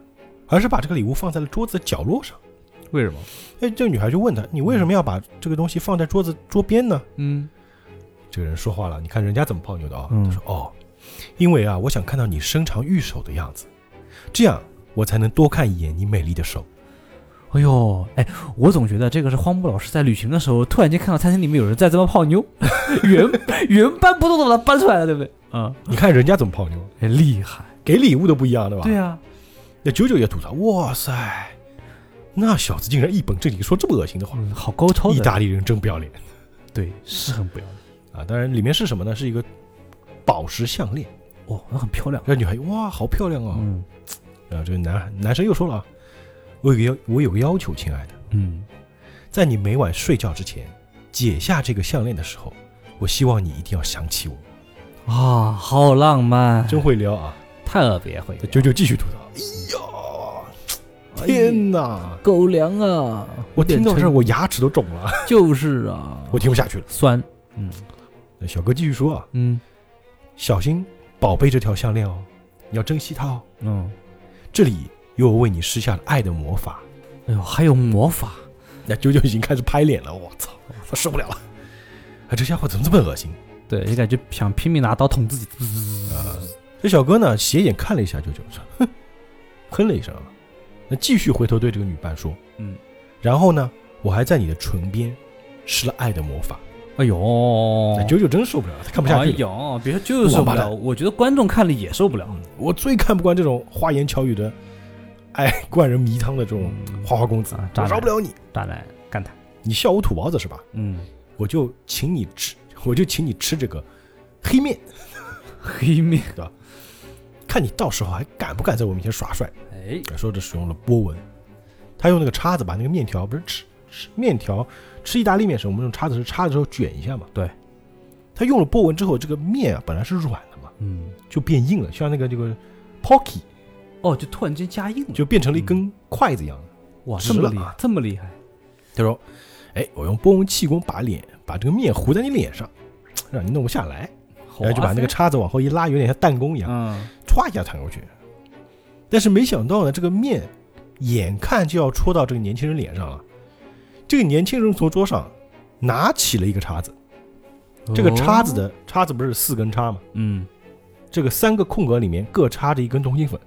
Speaker 2: 而是把这个礼物放在了桌子的角落上。
Speaker 4: 为什么？
Speaker 2: 哎，这个女孩就问他：“你为什么要把这个东西放在桌子桌边呢
Speaker 3: 嗯，？”
Speaker 2: 这个人说话了，你看人家怎么泡妞的啊、
Speaker 4: 嗯
Speaker 2: 他说：“哦，因为啊，我想看到你伸长玉手的样子，这样我才能多看一眼你美丽的手。”
Speaker 3: 哎呦，哎，我总觉得这个是荒木老师在旅行的时候，突然间看到餐厅里面有人在这么泡妞， 原原搬不动的把它搬出来了，对不对？啊、
Speaker 2: 你看人家怎么泡妞，
Speaker 3: 哎厉害。
Speaker 2: 给礼物都不一样，对吧？
Speaker 3: 对啊，
Speaker 2: 那九九也吐槽，哇塞，那小子竟然一本正经说这么恶心的话，
Speaker 3: 嗯，好高超
Speaker 2: 意
Speaker 3: 的，
Speaker 2: 大利人真不要脸
Speaker 3: 对，是很不要脸。
Speaker 2: 啊！当然，里面是什么呢？是一个宝石项链。
Speaker 3: 哦，那很漂亮。
Speaker 2: 这女孩哇，好漂亮哦！
Speaker 3: 嗯
Speaker 2: 然后这个男男生又说了啊，我有个要我有个要求，亲爱的，
Speaker 3: 嗯，
Speaker 2: 在你每晚睡觉之前解下这个项链的时候，我希望你一定要想起我。
Speaker 3: 啊、好浪漫，
Speaker 2: 真会聊啊！
Speaker 3: 特别会
Speaker 2: 那九哎九继续吐槽，哎呀，天哪！
Speaker 3: 狗粮啊！
Speaker 2: 我听到这儿
Speaker 3: 有点
Speaker 2: 我牙齿都肿了，
Speaker 3: 撑就是啊，
Speaker 2: 我听不下去了。
Speaker 3: 酸，
Speaker 2: 那小哥继续说啊，
Speaker 3: 嗯
Speaker 2: 小心宝贝这条项链哦，你要珍惜它哦。
Speaker 3: 嗯，
Speaker 2: 这里有我为你施下的爱的魔法。
Speaker 3: 哎呦，还有魔法，
Speaker 2: 那九九已经开始拍脸了，我操，他受不了了。啊，这家伙怎么这么恶心？
Speaker 3: 对，就感觉想拼命拿刀捅自己。
Speaker 2: 这小哥呢，斜眼看了一下九九，说哼，哼了一声啊。那继续回头对这个女伴说，
Speaker 3: 嗯，
Speaker 2: 然后呢，我还在你的唇边施了爱的魔法。
Speaker 3: 哎呦，
Speaker 2: 那九九真受不了，他看不下
Speaker 3: 哎
Speaker 2: 去了。
Speaker 3: 呦，别说就是受
Speaker 2: 王
Speaker 3: 不
Speaker 2: 八
Speaker 3: 了，
Speaker 2: 蛋
Speaker 3: 我觉得观众看了也受不了。
Speaker 2: 嗯我最看不惯这种花言巧语的，爱灌人迷汤的这种花花公子
Speaker 3: 啊，渣
Speaker 2: 我
Speaker 3: 男
Speaker 2: 饶不了你。
Speaker 3: 渣男干他，
Speaker 2: 你笑我土包子是吧？
Speaker 3: 嗯，
Speaker 2: 我就请你吃，我就请你吃这个黑面，
Speaker 3: 黑面，
Speaker 2: 看你到时候还敢不敢在我面前耍帅。
Speaker 3: 哎，
Speaker 2: 说着使用了波纹，他用那个叉子把那个面条不是吃吃面条吃意大利面时候，我们用叉子是叉的时候卷一下嘛。
Speaker 3: 对，
Speaker 2: 他用了波纹之后，这个面啊本来是软的嘛，
Speaker 3: 嗯，
Speaker 2: 就变硬了，像那个这个 pocky
Speaker 3: 哦，就突然间加硬了，
Speaker 2: 就变成了一根筷子一
Speaker 3: 嗯
Speaker 2: 样的。
Speaker 3: 哇，
Speaker 2: 直
Speaker 3: 这么
Speaker 2: 了
Speaker 3: 厉害
Speaker 2: 啊，
Speaker 3: 这么厉害，
Speaker 2: 他说：“哎，我用波纹气功把脸把这个面糊在你脸上，让你弄不下来。”然后就把那个
Speaker 3: 哇塞，
Speaker 2: 叉子往后一拉，有点像弹弓一样。
Speaker 3: 嗯，
Speaker 2: 歘一下弹过去。但是没想到呢，这个面眼看就要戳到这个年轻人脸上了。这个年轻人从桌上拿起了一个叉子，这个叉子
Speaker 3: 哦，
Speaker 2: 的叉子不是四根叉吗？
Speaker 3: 嗯，
Speaker 2: 这个三个空格里面各插着一根通心粉，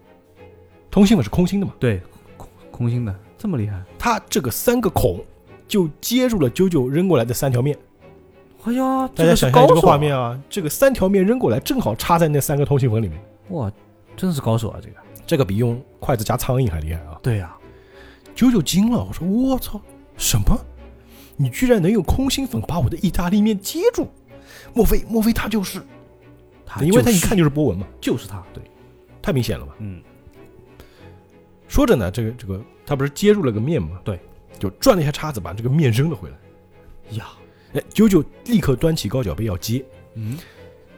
Speaker 2: 通心粉是空心的嘛？
Speaker 3: 对，空空心的，这么厉害，
Speaker 2: 它这个三个孔就接住了啾啾扔过来的三条面。
Speaker 3: 哎呀，
Speaker 2: 大
Speaker 3: 这
Speaker 2: 家
Speaker 3: 个是
Speaker 2: 想
Speaker 3: 高
Speaker 2: 象这个
Speaker 3: 手
Speaker 2: 画
Speaker 3: 啊
Speaker 2: 面啊，这个三条面扔过来正好插在那三个通心粉里面，
Speaker 3: 哇，真是高手啊！这个，
Speaker 2: 这个比用筷子夹苍蝇还厉害啊！
Speaker 3: 对呀、
Speaker 2: 九九惊了，我说我操，什么？你居然能用空心粉把我的意大利面接住？莫非莫非他就是？
Speaker 3: 他
Speaker 2: 因为他
Speaker 3: 就
Speaker 2: 一
Speaker 3: 是
Speaker 2: 看就是波纹嘛，
Speaker 3: 就是他，对，
Speaker 2: 太明显了嘛。
Speaker 3: 嗯，
Speaker 2: 说着呢，这个这个他不是接住了个面嘛？
Speaker 3: 对，
Speaker 2: 就转了一下叉子，把这个面扔了回来。
Speaker 3: 呀，
Speaker 2: 哎，九九立刻端起高脚杯要接，
Speaker 3: 嗯，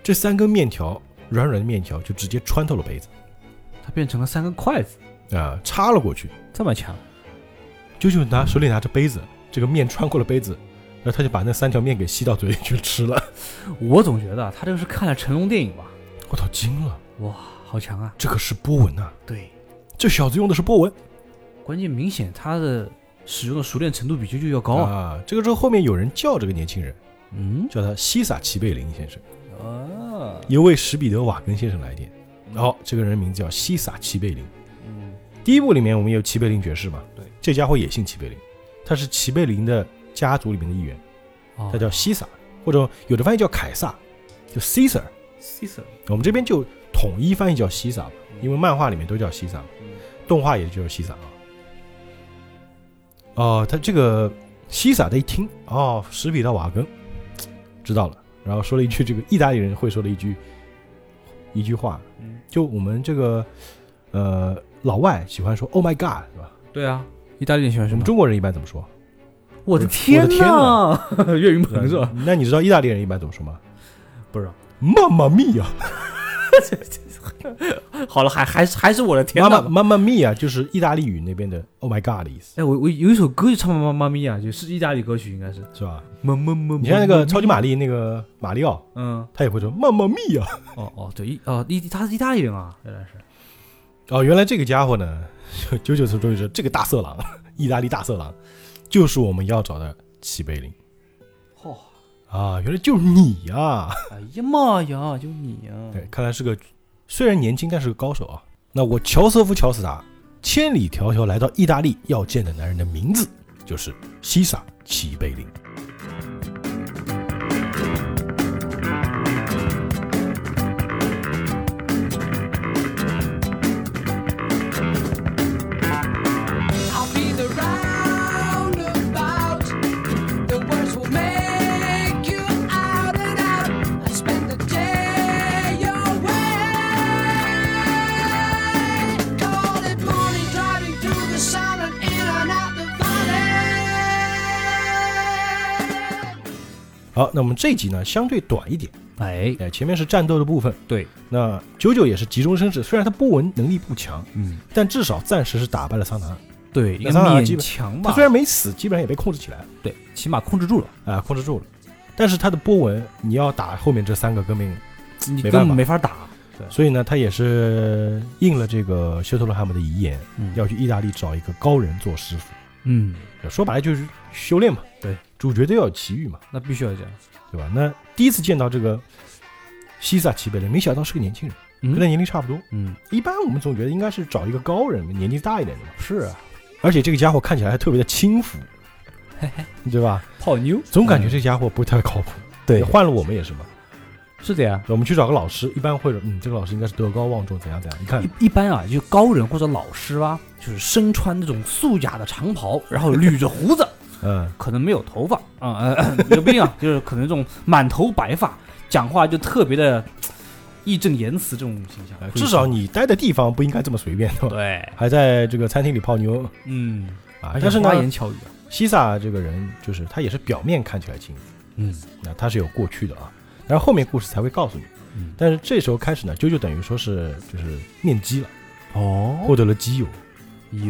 Speaker 2: 这三根面条软软的面条就直接穿透了杯子
Speaker 3: 他变成了三根筷子，
Speaker 2: 啊、插了过去。
Speaker 3: 这么强，
Speaker 2: 九九拿手里拿着杯子，这个面穿过了杯子，然后他就把那三条面给吸到嘴里去吃了。
Speaker 3: 我总觉得啊他这个是看了成龙电影吧？
Speaker 2: 我操，惊了！
Speaker 3: 哇，好强啊！
Speaker 2: 这可是波纹呐、
Speaker 3: 对，
Speaker 2: 这小子用的是波纹
Speaker 3: 关键明显他的使用的熟练程度比啾啾要高啊，
Speaker 2: 啊！这个时候后面有人叫这个年轻人，
Speaker 3: 嗯，
Speaker 2: 叫他西萨齐贝林先生，
Speaker 3: 啊，
Speaker 2: 一位史彼得瓦根先生来电。哦，这个人名字叫西萨齐贝林。第一部里面我们有齐贝林爵士嘛？
Speaker 3: 嗯对，
Speaker 2: 这家伙也姓齐贝林，他是齐贝林的家族里面的一员，
Speaker 3: 哦
Speaker 2: 他叫西萨，或者有的翻译叫凯撒，就 Caesar。
Speaker 3: Caesar，
Speaker 2: 我们这边就统一翻译叫西萨吧，
Speaker 3: 嗯
Speaker 2: 因为漫画里面都叫西萨嘛，动画也就叫西萨啊。哦，他这个西萨他一听，哦，史比到瓦根，知道了，然后说了一句这个意大利人会说的一句一句话，
Speaker 3: 嗯
Speaker 2: 就我们这个呃老外喜欢说 “Oh my God” 是吧？
Speaker 3: 对啊，意大利人喜欢
Speaker 2: 我
Speaker 3: 什
Speaker 2: 们
Speaker 3: 么？
Speaker 2: 中国人一般怎么说？
Speaker 3: 我的
Speaker 2: 我的天
Speaker 3: 呐，岳云鹏是吧？
Speaker 2: 那你知道意大利人一般怎么说吗？
Speaker 3: 不知道。
Speaker 2: 妈妈咪呀，
Speaker 3: 嗯好了，还还是还是我的天
Speaker 2: 妈妈
Speaker 3: 呐！
Speaker 2: 妈妈咪呀，就是意大利语那边的 Oh my God 的意思，
Speaker 3: 哎，我我有一首歌就唱妈妈妈咪呀，就是意大利歌曲，应该是
Speaker 2: 是吧？
Speaker 3: 么么 么。
Speaker 2: 你像那个超级玛丽那个马里奥，
Speaker 3: 嗯，
Speaker 2: 他也会说妈妈咪啊呀。
Speaker 3: 哦哦，对，意哦意他是意大利人啊，原来是。
Speaker 2: 哦，原来这个家伙呢， 九九次终于说这个大色狼， 意大利大色狼，就是我们要找的齐贝林
Speaker 3: 哦，
Speaker 2: 啊！原来就是你呀、
Speaker 3: 哎呀妈呀，就你啊呀！
Speaker 2: 对，看来是个虽然年轻，但是个高手啊。那我乔瑟夫·乔斯达千里迢迢来到意大利要见的男人的名字就是西萨·齐贝林。
Speaker 5: I'll be the roundabout. The words will make you out and out. I spend the day away. Call it morning, driving through the sun and in and out the valley.
Speaker 2: 好，那我们这一集呢相对短一点，
Speaker 3: 哎，
Speaker 2: 哎，前面是战斗的部分，
Speaker 3: 对，
Speaker 2: 那九九也是急中生智，虽然他波纹能力不强，
Speaker 3: 嗯，
Speaker 2: 但至少暂时是打败了桑塔纳。
Speaker 3: 对，
Speaker 2: 那
Speaker 3: 应该
Speaker 2: 咱俩基
Speaker 3: 勉
Speaker 2: 本
Speaker 3: 强吧。
Speaker 2: 他虽然没死，基本上也被控制起来了，
Speaker 3: 对，起码控制住了，
Speaker 2: 啊、控制住了。但是他的波纹，你要打后面这三个革命，
Speaker 3: 你
Speaker 2: 没
Speaker 3: 根
Speaker 2: 办
Speaker 3: 本
Speaker 2: 法
Speaker 3: 没法打。
Speaker 2: 所以呢，他也是应了这个修特罗汉姆的遗言，
Speaker 3: 嗯
Speaker 2: 要去意大利找一个高人做师傅。呃
Speaker 3: 嗯，
Speaker 2: 说白了就是修炼嘛，
Speaker 3: 对，
Speaker 2: 主角都要有奇遇嘛，
Speaker 3: 那必须要这样。
Speaker 2: 对吧？那第一次见到这个西萨齐贝林，没想到是个年轻人，跟他
Speaker 3: 嗯
Speaker 2: 年龄差不多。
Speaker 3: 嗯，
Speaker 2: 一般我们总觉得应该是找一个高人，年纪大一点的嘛。
Speaker 3: 是啊，
Speaker 2: 而且这个家伙看起来还特别的轻浮，对吧？
Speaker 3: 泡妞嗯
Speaker 2: 总感觉这家伙不太靠谱。
Speaker 3: 对
Speaker 2: 换了我们也是嘛。
Speaker 3: 是的呀。
Speaker 2: 我们去找个老师，一般会说，嗯，这个老师应该是德高望重，怎样怎样。你 看，
Speaker 3: 一一般啊，就高人或者老师啊，就是身穿那种素雅的长袍，然后捋着胡子，
Speaker 2: 嗯，
Speaker 3: 可能没有头发啊，呃， 有病啊，就是可能这种满头白发，讲话就特别的义正言辞这种形象。
Speaker 2: 哎至少你待的地方不应该这么随便，对吧？
Speaker 3: 对，
Speaker 2: 还在这个餐厅里泡妞
Speaker 3: 嗯，
Speaker 2: 啊。但是呢
Speaker 3: 花，言巧语啊，
Speaker 2: 西萨这个人就是他也是表面看起来轻浮，
Speaker 3: 嗯，
Speaker 2: 那他是有过去的啊。然后后面故事才会告诉你
Speaker 3: 嗯。
Speaker 2: 但是这时候开始呢，啾啾等于说是就是面基了，
Speaker 3: 哦，
Speaker 2: 获得了基友，
Speaker 3: 有，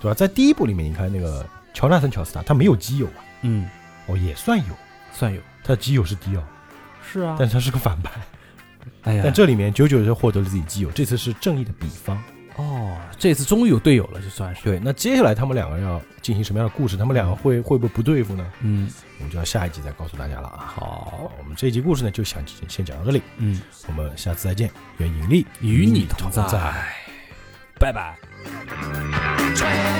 Speaker 2: 对吧？在第一部里面，你看那个乔纳森·乔斯达，他没有基友啊，
Speaker 3: 嗯，
Speaker 2: 哦，也算有，
Speaker 3: 算有，
Speaker 2: 他的基友是迪奥，
Speaker 3: 是啊
Speaker 2: 但，是他是个反派。
Speaker 3: 哎呀
Speaker 2: 但，这里面九九是获得了自己基友，这次是正义的比方。
Speaker 3: 哦，这次终于有队友了，就算是，
Speaker 2: 对，那接下来他们两个要进行什么样的故事？他们两个会会不会不对付呢？
Speaker 3: 嗯，
Speaker 2: 我们就要下一集再告诉大家了啊。
Speaker 3: 好，
Speaker 2: 我们这一集故事呢，就想先讲到这里，
Speaker 3: 嗯，
Speaker 2: 我们下次再见，愿引力
Speaker 3: 与你同在
Speaker 2: 在。
Speaker 3: 拜拜。
Speaker 5: Train